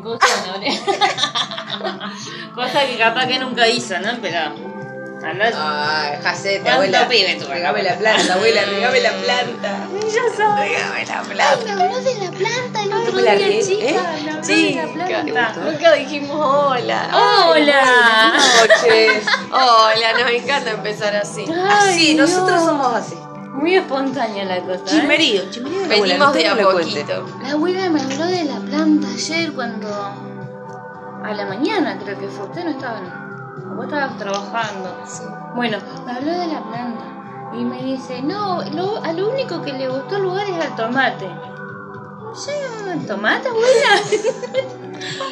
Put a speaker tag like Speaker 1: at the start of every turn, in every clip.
Speaker 1: cosas, ¿no?
Speaker 2: Cosa que capaz que nunca hizo, ¿no? Pero. Andás.
Speaker 3: Ay, jacete,
Speaker 2: ¿Cuánto
Speaker 3: abuela.
Speaker 2: pibe tuvo?
Speaker 3: Regame la planta, abuela, regame la planta.
Speaker 2: Ya sabes.
Speaker 3: Regame la
Speaker 1: Ay,
Speaker 3: planta.
Speaker 1: me habló de la planta el otro
Speaker 3: Abuela,
Speaker 1: día,
Speaker 3: ¿qué?
Speaker 1: chica.
Speaker 3: ¿Eh?
Speaker 1: me habló de
Speaker 3: Chica,
Speaker 1: la planta.
Speaker 3: ¿te gustó? Nunca dijimos hola.
Speaker 2: ¡Hola!
Speaker 3: Noches. Hola, nos encanta empezar así.
Speaker 2: Ay,
Speaker 3: así,
Speaker 2: Dios.
Speaker 3: nosotros somos así.
Speaker 2: Muy espontánea la cosa. ¿eh?
Speaker 3: Chimerido, chimerido. Venimos de a poquito.
Speaker 1: La abuela me habló de la planta ayer cuando. A la mañana creo que fue. Usted no estaban. Vos estabas trabajando. Bueno, me habló de la planta. Y me dice, no, lo, a lo único que le gustó el lugar es al tomate. Yo, ¿el tomate, abuela?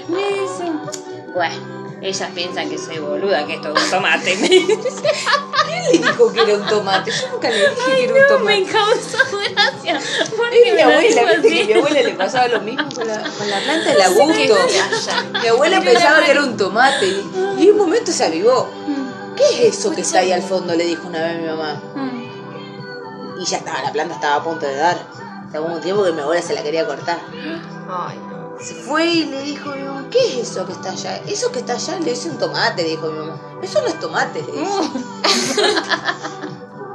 Speaker 1: me dice,
Speaker 2: Bueno, ellas piensan que soy boluda, que esto es un tomate. Me dice.
Speaker 3: ¿Quién le dijo que era un tomate? Yo nunca le dije que era un
Speaker 2: no,
Speaker 3: tomate.
Speaker 2: me causó gracia. Porque
Speaker 3: Es mi
Speaker 2: me lo dijo
Speaker 3: abuela, viste
Speaker 2: así.
Speaker 3: que mi abuela le pasaba lo mismo con la, con la planta del agusto. Mi abuela
Speaker 2: Mira la
Speaker 3: pensaba que
Speaker 2: mano.
Speaker 3: era un tomate y, y en un momento se avivó. ¿Qué es eso que está ahí al fondo? Le dijo una vez mi mamá.
Speaker 1: Mm,
Speaker 3: Y ya estaba, la planta estaba a punto de dar. Estaba un tiempo que mi abuela se la quería cortar. Se fue y le dijo a mi mamá, ¿qué es eso que está allá? Eso que está allá le dice un tomate, le dijo mi mamá. Eso no es tomate, le dice.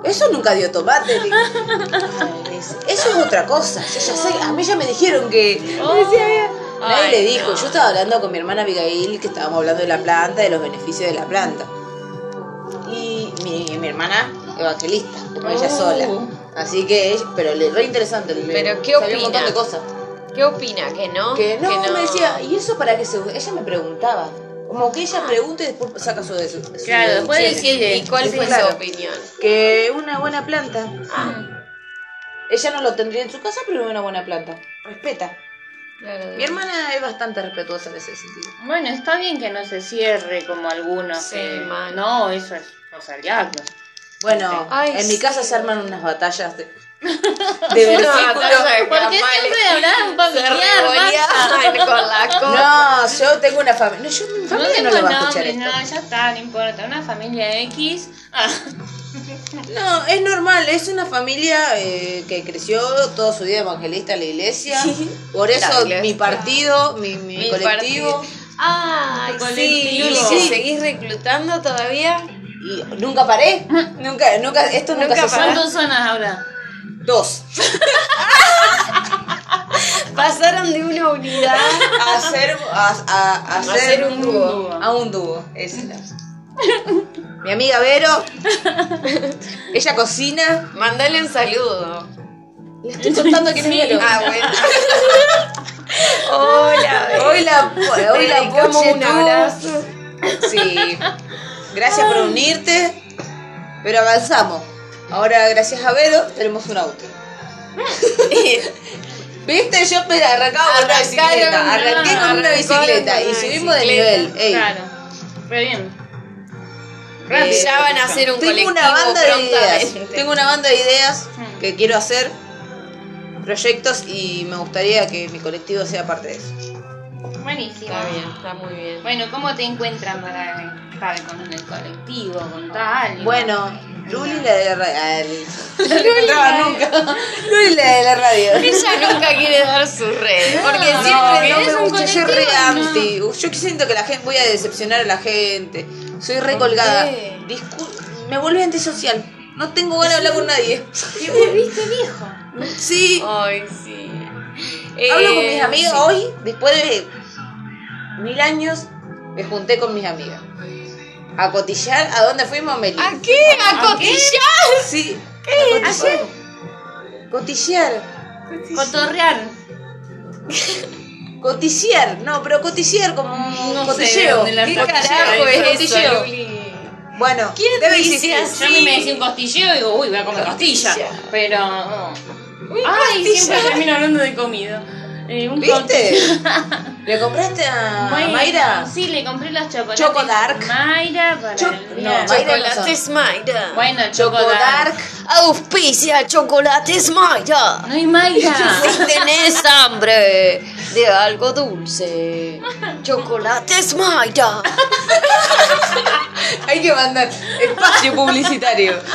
Speaker 3: Eso nunca dio tomate. le dijo. Ay, le dice, Eso es otra cosa. Yo ya sé, a mí ya me dijeron que.
Speaker 2: Oh.
Speaker 3: Me decía, Nadie
Speaker 2: Ay,
Speaker 3: le dijo. Yo estaba hablando con mi hermana Abigail, que estábamos hablando de la planta, de los beneficios de la planta. Y mi, mi hermana, evangelista, como ella
Speaker 2: Oh.
Speaker 3: sola. Así que, ella- pero le re interesante. le-
Speaker 4: Pero, ¿qué
Speaker 3: sabía un
Speaker 4: opina?
Speaker 3: montón de cosas.
Speaker 4: ¿Qué opina? ¿Que no?
Speaker 3: Que no, me decía, ¿y eso para qué se usa? Ella me preguntaba. Como que ella pregunta y después saca su, de su su
Speaker 2: Claro, después
Speaker 3: deducciones.
Speaker 2: decide.
Speaker 4: ¿Y cuál
Speaker 3: Sí,
Speaker 4: fue
Speaker 3: claro.
Speaker 4: su opinión? Ah.
Speaker 3: Que una buena planta. Ella no lo tendría en su casa, pero es una buena planta. Respeta. Mi hermana es bastante respetuosa en ese sentido.
Speaker 2: Bueno, está bien que no se cierre como algunos.
Speaker 4: Sí,
Speaker 2: que-
Speaker 4: mal.
Speaker 2: No, eso es cosa del diablo.
Speaker 3: Bueno,
Speaker 4: Ay,
Speaker 3: en mi
Speaker 4: sí.
Speaker 3: casa se arman unas batallas de, de versículos.
Speaker 2: ¿Por qué siempre hablás un
Speaker 4: Se
Speaker 2: familiar?
Speaker 4: revolía con la
Speaker 3: No,
Speaker 4: cosa.
Speaker 3: yo tengo una familia. No, yo mi familia no,
Speaker 2: tengo
Speaker 3: lo va a escuchar
Speaker 2: nombre,
Speaker 3: esto.
Speaker 2: no, ya está, no importa. Una familia X. Ah,
Speaker 3: No, es normal, es una familia eh, que creció toda su vida evangelista en la iglesia. Por eso
Speaker 4: La iglesia.
Speaker 3: mi partido, mi, mi
Speaker 4: Mi
Speaker 3: colectivo,
Speaker 4: partido. Ay, sí,
Speaker 2: colectivo.
Speaker 4: Luli,
Speaker 3: Sí.
Speaker 4: que seguís reclutando todavía.
Speaker 3: y nunca paré, nunca, nunca, esto nunca,
Speaker 4: Nunca
Speaker 3: se
Speaker 2: ¿Cuántos zonas ahora?
Speaker 3: Dos.
Speaker 4: Pasaron de una unidad.
Speaker 3: A hacer, a, a- a hacer,
Speaker 4: hacer un
Speaker 2: dúo.
Speaker 3: A un dúo, esa es la- Mi amiga Vero, ella cocina.
Speaker 4: Mandale un saludo.
Speaker 3: Le estoy contando quién es Vero.
Speaker 4: Ah, bueno. Hola,
Speaker 3: Hoy la, hoy la
Speaker 4: dedicamos
Speaker 3: Poche
Speaker 4: un
Speaker 3: tuvo-
Speaker 4: abrazo.
Speaker 3: Sí. Gracias por unirte. Pero avanzamos. Ahora, gracias a Vero, tenemos un auto. ¿Viste? Yo pe- arrancaba con una
Speaker 4: Arrancaron,
Speaker 3: bicicleta. Arranqué con una
Speaker 4: arrancaron
Speaker 3: bicicleta
Speaker 4: con
Speaker 3: y
Speaker 4: una
Speaker 3: subimos de
Speaker 4: bicicleta.
Speaker 3: nivel. Ey.
Speaker 2: Claro. Re bien.
Speaker 3: Eh,
Speaker 4: ya van a hacer un
Speaker 3: Tengo
Speaker 4: colectivo
Speaker 3: una banda de ideas.
Speaker 4: prontamente.
Speaker 3: Tengo una banda de ideas
Speaker 2: Hmm.
Speaker 3: que quiero hacer, proyectos y me gustaría que mi colectivo sea parte de eso.
Speaker 2: Buenísimo.
Speaker 4: Está bien, está muy bien.
Speaker 2: Bueno, ¿cómo te encuentran para estar con el colectivo? Contá algo.
Speaker 3: Bueno, Luli la de la radio. No la encontraba nunca. Luli la de la radio.
Speaker 4: Ella nunca quiere dar su red. Porque
Speaker 2: No,
Speaker 4: siempre
Speaker 3: no
Speaker 2: ¿querés
Speaker 3: me
Speaker 2: un
Speaker 3: gusta, yo
Speaker 2: colectivo?
Speaker 3: re
Speaker 2: No.
Speaker 3: anti. Yo que siento que la gente voy a decepcionar a la gente. Soy re colgada.
Speaker 4: qué?
Speaker 3: Discul- me vuelve antisocial. No tengo ganas de hablar con nadie.
Speaker 2: ¿Te volviste viejo?
Speaker 3: Sí.
Speaker 4: Ay, sí.
Speaker 3: Hablo
Speaker 4: Eh,
Speaker 3: con mis amigas
Speaker 4: sí.
Speaker 3: hoy, después de mil años, me junté con mis amigas. A cotillar, ¿a dónde fuimos, Meli?
Speaker 4: ¿A qué? ¿A cotillar?
Speaker 3: Sí. ¿Qué? Cotillar.
Speaker 2: Cotorrear.
Speaker 3: Cotillar. No, pero cotillar como un
Speaker 2: No sé
Speaker 3: cotilleo.
Speaker 2: dónde la
Speaker 3: ¿Qué
Speaker 2: saca
Speaker 3: carajo
Speaker 2: eso,
Speaker 3: es cotilleo? Bueno,
Speaker 4: ¿Quién
Speaker 3: debe
Speaker 4: te dice
Speaker 3: existir.
Speaker 4: así?
Speaker 2: Yo a mí me decía un costillo y digo, uy, voy a comer costilla.
Speaker 4: Costilla.
Speaker 2: Pero. no. Ay, siempre termino hablando de comida. Eh, un
Speaker 3: ¿Viste?
Speaker 2: costillo.
Speaker 3: ¿Le compraste a
Speaker 2: Bueno,
Speaker 3: Mayra?
Speaker 2: Sí, le compré los chocolates.
Speaker 3: Choco Dark.
Speaker 2: Mayra para.
Speaker 3: Choc-
Speaker 2: el
Speaker 3: no,
Speaker 2: día.
Speaker 3: Mayra
Speaker 4: Chocolates Mayra.
Speaker 2: Bueno, Choco,
Speaker 3: Choco Dark.
Speaker 4: Auspicia Chocolates Mayra.
Speaker 2: No hay Mayra.
Speaker 3: Ah.
Speaker 4: Si tenés hambre de algo dulce, Chocolates Mayra.
Speaker 3: Hay que mandar espacio publicitario.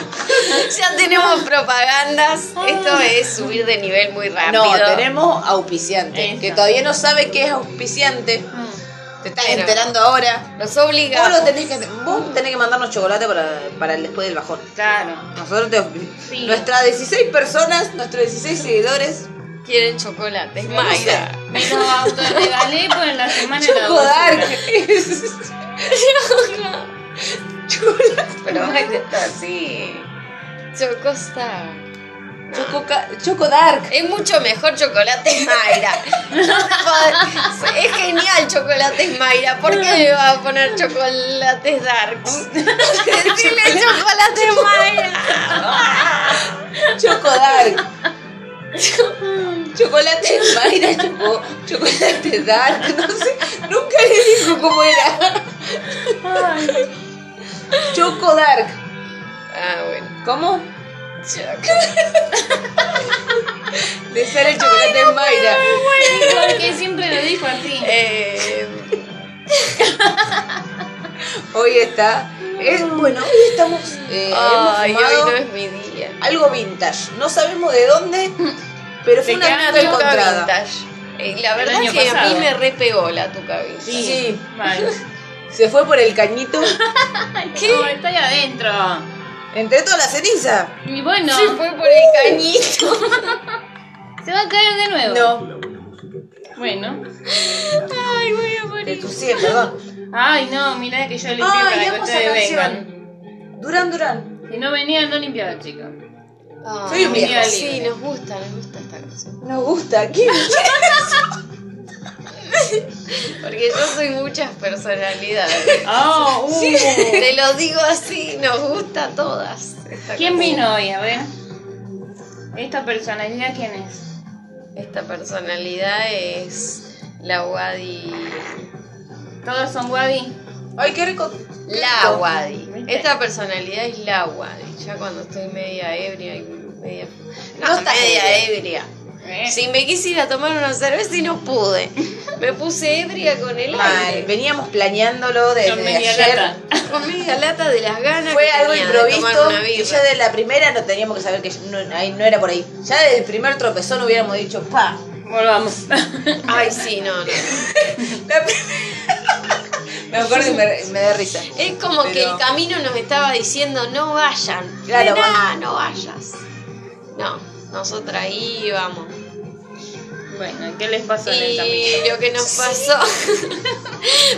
Speaker 4: Ya tenemos propagandas. Esto es subir de nivel muy rápido.
Speaker 3: Ah. No, tenemos auspiciante,
Speaker 2: Eso.
Speaker 3: que todavía no sabe qué es auspiciante.
Speaker 2: Mm,
Speaker 3: Te estás
Speaker 4: Bueno.
Speaker 3: enterando ahora.
Speaker 4: Nos
Speaker 3: Vos,
Speaker 4: obligamos.
Speaker 3: lo tenés que, vos tenés que mandarnos chocolate para, para el después del bajón.
Speaker 2: Claro.
Speaker 3: Nosotros te,
Speaker 2: Sí.
Speaker 3: Nuestras 16 personas, nuestros 16 seguidores.
Speaker 4: Quieren chocolate, Mayra.
Speaker 2: Me lo autorregalé por la semana de la
Speaker 3: Choco Dark.
Speaker 2: dulzura.
Speaker 4: Pero Mayra está así. Choco Star.
Speaker 3: Choco, Ca- Choco Dark.
Speaker 4: Es mucho mejor chocolate Mayra. es genial chocolates Mayra. ¿Por qué me va a poner chocolates darks? Decirle chocolates Mayra.
Speaker 3: Choco Dark. Chocolate Mayra, Choco, chocolate Dark, no sé, nunca le dijo cómo era. Choco Dark,
Speaker 4: Ah, bueno.
Speaker 3: ¿cómo?
Speaker 4: Choco.
Speaker 3: Le sale el chocolate Mayra.
Speaker 2: Porque siempre lo dijo así.
Speaker 4: Eh,
Speaker 3: Hoy está, eh, bueno, hoy estamos, eh,
Speaker 4: ay,
Speaker 3: hemos fumado
Speaker 4: hoy no es mi día.
Speaker 3: algo vintage, no sabemos de dónde, pero fue
Speaker 2: Te
Speaker 3: una
Speaker 2: quedan
Speaker 3: amiga
Speaker 2: tuca
Speaker 3: encontrada.
Speaker 4: vintage. Eh, la
Speaker 2: Del
Speaker 4: verdad
Speaker 2: año
Speaker 4: que a mí
Speaker 2: pasado.
Speaker 4: me repegó la tuca vintage.
Speaker 3: Sí.
Speaker 2: Vale.
Speaker 3: Se fue por el cañito
Speaker 4: ¿Qué?
Speaker 2: No, estoy adentro.
Speaker 3: entre toda la ceniza.
Speaker 2: Y bueno,
Speaker 4: Se fue por el cañito.
Speaker 2: se va a caer de nuevo.
Speaker 3: No,
Speaker 2: Bueno.
Speaker 4: Ay, voy a
Speaker 3: de
Speaker 4: morir.
Speaker 3: tu sí, perdón.
Speaker 2: Ay, no, mirá que yo limpié para
Speaker 3: Ay,
Speaker 2: que
Speaker 3: amo esa
Speaker 2: ustedes vengan.
Speaker 3: canción. Durán Durán.
Speaker 2: Si no venían, no limpiaba, chicos.
Speaker 4: Ay,
Speaker 3: Soy un viejo.
Speaker 4: Ah, Sí, nos gusta, nos gusta esta canción.
Speaker 3: Nos gusta. ¿Qué?
Speaker 4: Porque yo soy muchas personalidades.
Speaker 2: Oh, uh.
Speaker 4: Te lo digo así, nos gusta a todas. esta
Speaker 2: ¿Quién
Speaker 4: canción.
Speaker 2: vino hoy? A ver. ¿Esta personalidad quién es?
Speaker 4: Esta personalidad es la Wadi.
Speaker 2: ¿Todos son Wadi?
Speaker 3: Ay, qué rico.
Speaker 4: La Wadi.
Speaker 2: ¿Viste?
Speaker 4: Esta personalidad es la Wadi. Ya cuando estoy media ebria y media. No,
Speaker 3: No estás
Speaker 4: media ebria.
Speaker 2: Eh.
Speaker 4: Si me quisiera tomar una cerveza y no pude. Me puse ebria con el
Speaker 3: Mal.
Speaker 4: aire.
Speaker 3: Veníamos planeándolo desde
Speaker 2: Con media
Speaker 3: ayer.
Speaker 2: lata.
Speaker 4: Con media lata de las ganas.
Speaker 3: Fue
Speaker 4: que
Speaker 3: algo
Speaker 4: tenía de tomar
Speaker 3: improviso
Speaker 4: una
Speaker 3: y
Speaker 4: birra.
Speaker 3: ya de la primera no teníamos que saber que no, ahí no era por ahí. Ya desde el primer tropezón hubiéramos dicho, pa.
Speaker 2: Volvamos.
Speaker 4: Ay, sí, no, no.
Speaker 3: La pri- me acuerdo y me, me da risa.
Speaker 4: Es como que
Speaker 3: Pero-
Speaker 4: el camino nos estaba diciendo, no vayan.
Speaker 3: Claro,
Speaker 4: Claro,
Speaker 3: vamos.
Speaker 4: no vayas. No, nosotras íbamos.
Speaker 2: bueno, ¿qué les pasó en el camino?
Speaker 4: Y lo que nos pasó...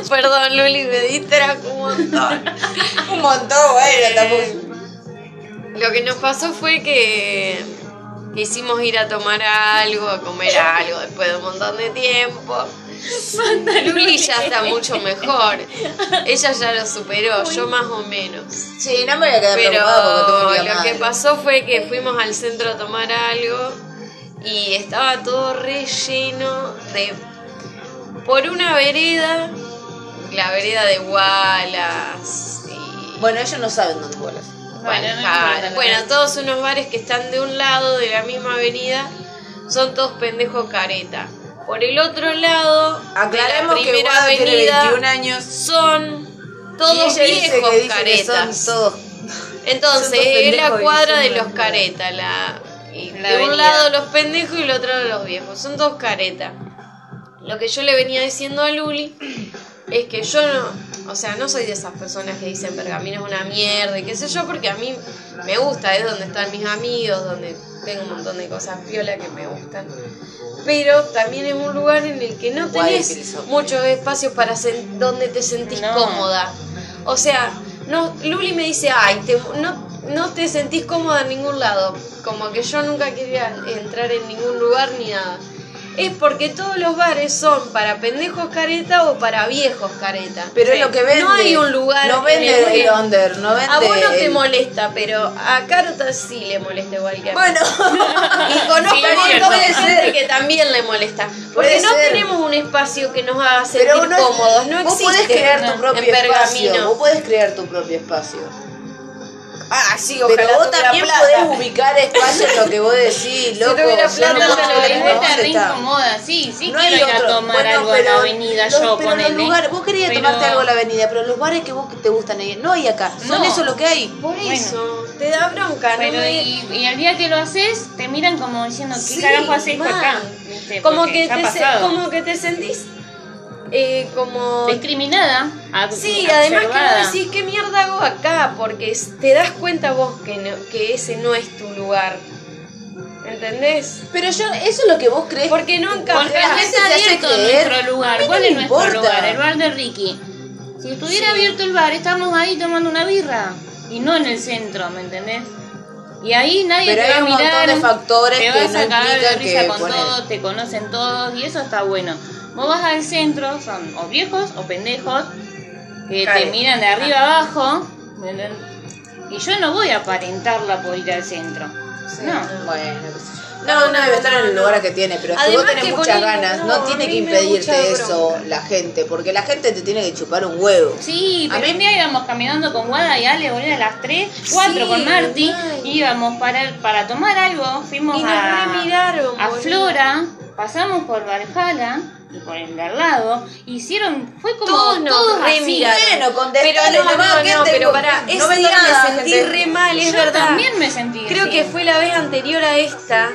Speaker 4: Perdón, Luli, me distrajo un montón.
Speaker 3: Un montón, bueno,
Speaker 4: Eh,
Speaker 3: tampoco.
Speaker 4: lo que nos pasó fue que quisimos ir a tomar algo, a comer algo después de un montón de tiempo. Luli ya está mucho mejor. Ella ya lo superó, yo más o menos.
Speaker 3: Sí, no me voy a quedar
Speaker 4: Pero
Speaker 3: preocupada porque tengo
Speaker 4: lo que
Speaker 3: llamar.
Speaker 4: pasó fue que fuimos al centro a tomar algo y estaba todo relleno de... Por una vereda, la vereda de Wallace y...
Speaker 3: Bueno, ellos no saben dónde vuelas.
Speaker 2: Bueno, no
Speaker 4: Manjar.
Speaker 2: importa, no
Speaker 4: Bueno,
Speaker 2: importa.
Speaker 4: todos unos bares que están de un lado de la misma avenida son todos pendejos careta. Por el otro lado,
Speaker 3: Aclaremos
Speaker 4: de la
Speaker 3: que
Speaker 4: primera
Speaker 3: Guado tiene
Speaker 4: avenida
Speaker 3: 21 años.
Speaker 4: son
Speaker 3: y
Speaker 4: todos
Speaker 3: ella dice
Speaker 4: viejos
Speaker 3: que dice que
Speaker 4: caretas.
Speaker 3: son todos. son
Speaker 4: Entonces,
Speaker 3: todos
Speaker 4: es la
Speaker 3: pendejos y
Speaker 4: cuadra
Speaker 3: son
Speaker 4: de
Speaker 3: unos
Speaker 4: los caretas. La, y
Speaker 2: La
Speaker 4: de
Speaker 2: avenida.
Speaker 4: un lado los pendejos y el otro lado los viejos. Son todos caretas. Lo que yo le venía diciendo a Luli es que yo no, o sea, no soy de esas personas que dicen pergamino es una mierda y qué sé yo, porque a mí me gusta, es donde están mis amigos, donde tengo un montón de cosas piola que me gustan. Pero también es un lugar en el que no
Speaker 3: Guay,
Speaker 4: tenés
Speaker 3: filosófico.
Speaker 4: muchos espacios para sen- donde te sentís
Speaker 2: No.
Speaker 4: cómoda. O sea, no, Luli me dice, ay, te- no, no te sentís cómoda en ningún lado. Como que yo nunca quería entrar en ningún lugar ni nada. Es porque todos los bares son para pendejos careta o para viejos careta.
Speaker 3: Pero es lo que vende.
Speaker 4: No hay un lugar.
Speaker 3: No
Speaker 4: en
Speaker 3: vende
Speaker 4: el que-
Speaker 3: el under, no vende.
Speaker 4: A vos no te
Speaker 3: el-
Speaker 4: molesta, pero a Carota sí le molesta igual que a mí.
Speaker 3: Bueno,
Speaker 4: Y conozco
Speaker 2: Sí,
Speaker 4: un
Speaker 2: es
Speaker 4: montón de
Speaker 3: cierto.
Speaker 4: gente que también le molesta. Porque
Speaker 3: Puede
Speaker 4: no
Speaker 3: ser.
Speaker 4: tenemos un espacio que nos haga sentir
Speaker 3: pero no
Speaker 4: cómodos. No
Speaker 3: vos
Speaker 4: existe
Speaker 3: podés crear
Speaker 4: no,
Speaker 3: tu propio
Speaker 4: en
Speaker 3: espacio.
Speaker 4: Pergamino.
Speaker 3: Vos podés crear tu propio espacio.
Speaker 4: Ah, sí, ojalá
Speaker 3: Pero vos
Speaker 4: tuviera
Speaker 3: también
Speaker 4: plata.
Speaker 3: podés ubicar espacio en lo que vos decís, loco.
Speaker 4: tuviera
Speaker 3: yo
Speaker 4: plata,
Speaker 3: no-
Speaker 4: te lo
Speaker 3: no,
Speaker 4: daría.
Speaker 3: ¿dónde
Speaker 2: Esta re
Speaker 3: está?
Speaker 2: incomoda, sí, sí
Speaker 3: No hay
Speaker 2: quiero ir a
Speaker 3: otro.
Speaker 2: tomar
Speaker 3: Bueno,
Speaker 2: algo
Speaker 3: pero
Speaker 2: en la avenida,
Speaker 3: los-
Speaker 2: yo
Speaker 3: pero
Speaker 2: ponele.
Speaker 3: los lugares, vos querías
Speaker 2: Pero-
Speaker 3: tomarte algo en la avenida, pero los bares que vos que te gustan ahí, no hay acá. Son
Speaker 2: No.
Speaker 3: esos los que hay.
Speaker 4: Por
Speaker 2: Bueno.
Speaker 4: eso, te da bronca, ¿no?
Speaker 2: Pero
Speaker 4: me-
Speaker 2: y, y al día que lo haces, te miran como diciendo, ¿qué
Speaker 3: Sí,
Speaker 2: carajo haces
Speaker 3: mal.
Speaker 2: acá? ¿Viste?
Speaker 4: como,
Speaker 2: Porque
Speaker 4: que
Speaker 2: ya ha
Speaker 4: te se-
Speaker 2: pasado.
Speaker 4: como que te sentís eh, como...
Speaker 2: discriminada.
Speaker 3: Ah,
Speaker 2: ab-
Speaker 4: Sí, además que
Speaker 2: observada.
Speaker 4: vos decís, ¿qué mierda hago acá? Porque es- te das cuenta vos que, no- que ese no es tu lugar. ¿Entendés?
Speaker 3: Pero yo, eso es lo que vos crees.
Speaker 4: Porque no
Speaker 2: Porque
Speaker 4: encajas.
Speaker 3: la
Speaker 2: acá
Speaker 3: gente
Speaker 2: está
Speaker 3: se hace
Speaker 2: abierto
Speaker 3: creer.
Speaker 2: nuestro
Speaker 3: A
Speaker 2: lugar.
Speaker 3: mí no
Speaker 2: ¿Cuál
Speaker 3: me
Speaker 2: es nuestro
Speaker 3: importa.
Speaker 2: lugar? El bar de Ricky. Si estuviera abierto el bar, estamos ahí tomando una birra. Y no en el centro, ¿me entendés? Y ahí nadie
Speaker 3: Pero
Speaker 2: te
Speaker 3: hay
Speaker 2: va a
Speaker 3: un montón
Speaker 2: mirar.
Speaker 3: de factores
Speaker 2: te
Speaker 4: este,
Speaker 3: que
Speaker 2: vas a
Speaker 3: no
Speaker 2: cagar de
Speaker 3: implican
Speaker 2: risa
Speaker 3: que
Speaker 2: con
Speaker 3: poner.
Speaker 2: todos, te conocen todos y eso está bueno. Vos vas al centro, son o viejos o pendejos que
Speaker 4: Claro. Ah.
Speaker 2: te miran de arriba abajo. ¿me entendés? Y yo no voy a aparentarla por ir al centro. no.
Speaker 3: Bueno, qué sé yo. No, no debe estar en el lugar que tiene, pero si vos
Speaker 4: Además
Speaker 3: tenés
Speaker 4: que
Speaker 3: muchas
Speaker 4: ponele-
Speaker 3: ganas, no,
Speaker 4: no, a
Speaker 3: tiene
Speaker 4: mí
Speaker 3: que
Speaker 4: me da mucha
Speaker 3: impedirte eso
Speaker 4: bronca.
Speaker 3: la gente, porque la gente te tiene que chupar un huevo.
Speaker 2: Sí,
Speaker 3: A
Speaker 2: pero
Speaker 3: mí-
Speaker 2: un día íbamos caminando con Guada y Ale, boludo, a las 3, 4
Speaker 4: Sí,
Speaker 2: con Marti.
Speaker 4: mal.
Speaker 2: Íbamos para, para tomar algo, fuimos
Speaker 4: Y nos
Speaker 2: a,
Speaker 4: remiraron,
Speaker 2: a
Speaker 4: boludo.
Speaker 2: Flora, pasamos por Valhalla y por el de al lado. Hicieron, fue como
Speaker 4: Todos nos
Speaker 2: así.
Speaker 4: remiraron.
Speaker 3: Bueno, contestale
Speaker 4: Pero no,
Speaker 3: nomás,
Speaker 4: no,
Speaker 3: ¿qué
Speaker 4: no,
Speaker 3: te-
Speaker 4: pero pará,
Speaker 3: no
Speaker 4: ese
Speaker 3: me
Speaker 4: día
Speaker 3: digas,
Speaker 4: me sentí
Speaker 3: gente.
Speaker 4: re mal, es
Speaker 2: Yo
Speaker 4: verdad.
Speaker 2: también me sentí
Speaker 4: Creo
Speaker 2: así.
Speaker 4: que fue la vez anterior a esta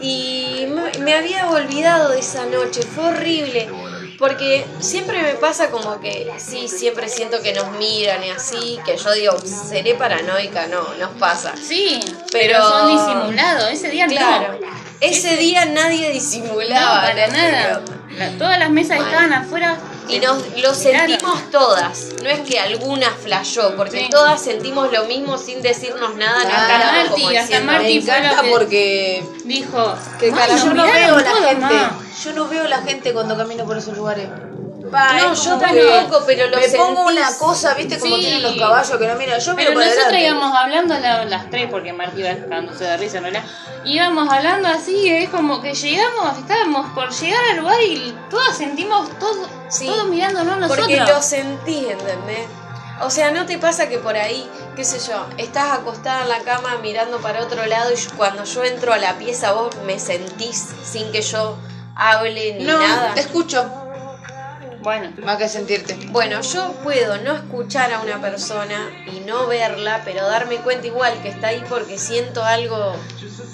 Speaker 4: y me- me había olvidado de esa noche, fue horrible. Porque siempre me pasa como que, sí, siempre siento que nos miran y así, que yo digo, seré paranoica, no, nos pasa.
Speaker 2: Sí, pero,
Speaker 4: Pero-
Speaker 2: son disimulados. Ese día
Speaker 4: Claro,
Speaker 2: no.
Speaker 4: ese día nadie
Speaker 2: No,
Speaker 4: disimulaba.
Speaker 2: para
Speaker 4: no te
Speaker 2: nada.
Speaker 4: creo.
Speaker 2: La- todas las mesas
Speaker 4: Mal.
Speaker 2: estaban afuera.
Speaker 4: Y nos lo
Speaker 2: Miraron.
Speaker 4: sentimos todas, no es que alguna flashó, porque
Speaker 2: Sí.
Speaker 4: todas sentimos lo mismo sin decirnos nada. ni
Speaker 3: Hasta
Speaker 4: hablar,
Speaker 2: Marti,
Speaker 4: como
Speaker 2: hasta
Speaker 4: diciendo,
Speaker 2: Marti.
Speaker 3: Me
Speaker 2: Martín fue
Speaker 3: encanta
Speaker 2: la que-
Speaker 3: porque
Speaker 2: Dijo,
Speaker 3: que
Speaker 2: "Mal,
Speaker 3: cara,
Speaker 2: nos
Speaker 3: yo no veo
Speaker 2: miraron
Speaker 3: la
Speaker 2: todos,
Speaker 3: gente.
Speaker 2: ma".
Speaker 3: Yo no veo la gente cuando camino por esos lugares.
Speaker 4: No,
Speaker 3: es
Speaker 4: yo
Speaker 3: como que
Speaker 4: tampoco, pero lo
Speaker 3: Me pongo
Speaker 4: sentís.
Speaker 3: una cosa, viste, como
Speaker 2: Sí.
Speaker 3: tienen los caballos que no miran. Yo miro
Speaker 2: Pero
Speaker 3: para
Speaker 2: nosotros
Speaker 3: adelante.
Speaker 2: íbamos hablando a la- las tres, porque Marti iba cagándose de risa, ¿no? La- Íbamos hablando así, es como que llegamos, estábamos por llegar al lugar y todas sentimos todo,
Speaker 4: Sí.
Speaker 2: todos mirándonos nosotros.
Speaker 4: Porque lo sentís, ¿entendés? O sea, ¿no te pasa que por ahí, qué sé yo, estás acostada en la cama mirando para otro lado y yo- cuando yo entro a la pieza vos me sentís sin que yo hable ni
Speaker 3: No,
Speaker 4: nada?
Speaker 3: te escucho.
Speaker 2: Bueno,
Speaker 3: Más que sentirte.
Speaker 4: Bueno, yo puedo no escuchar a una persona y no verla, pero darme cuenta igual que está ahí porque siento algo,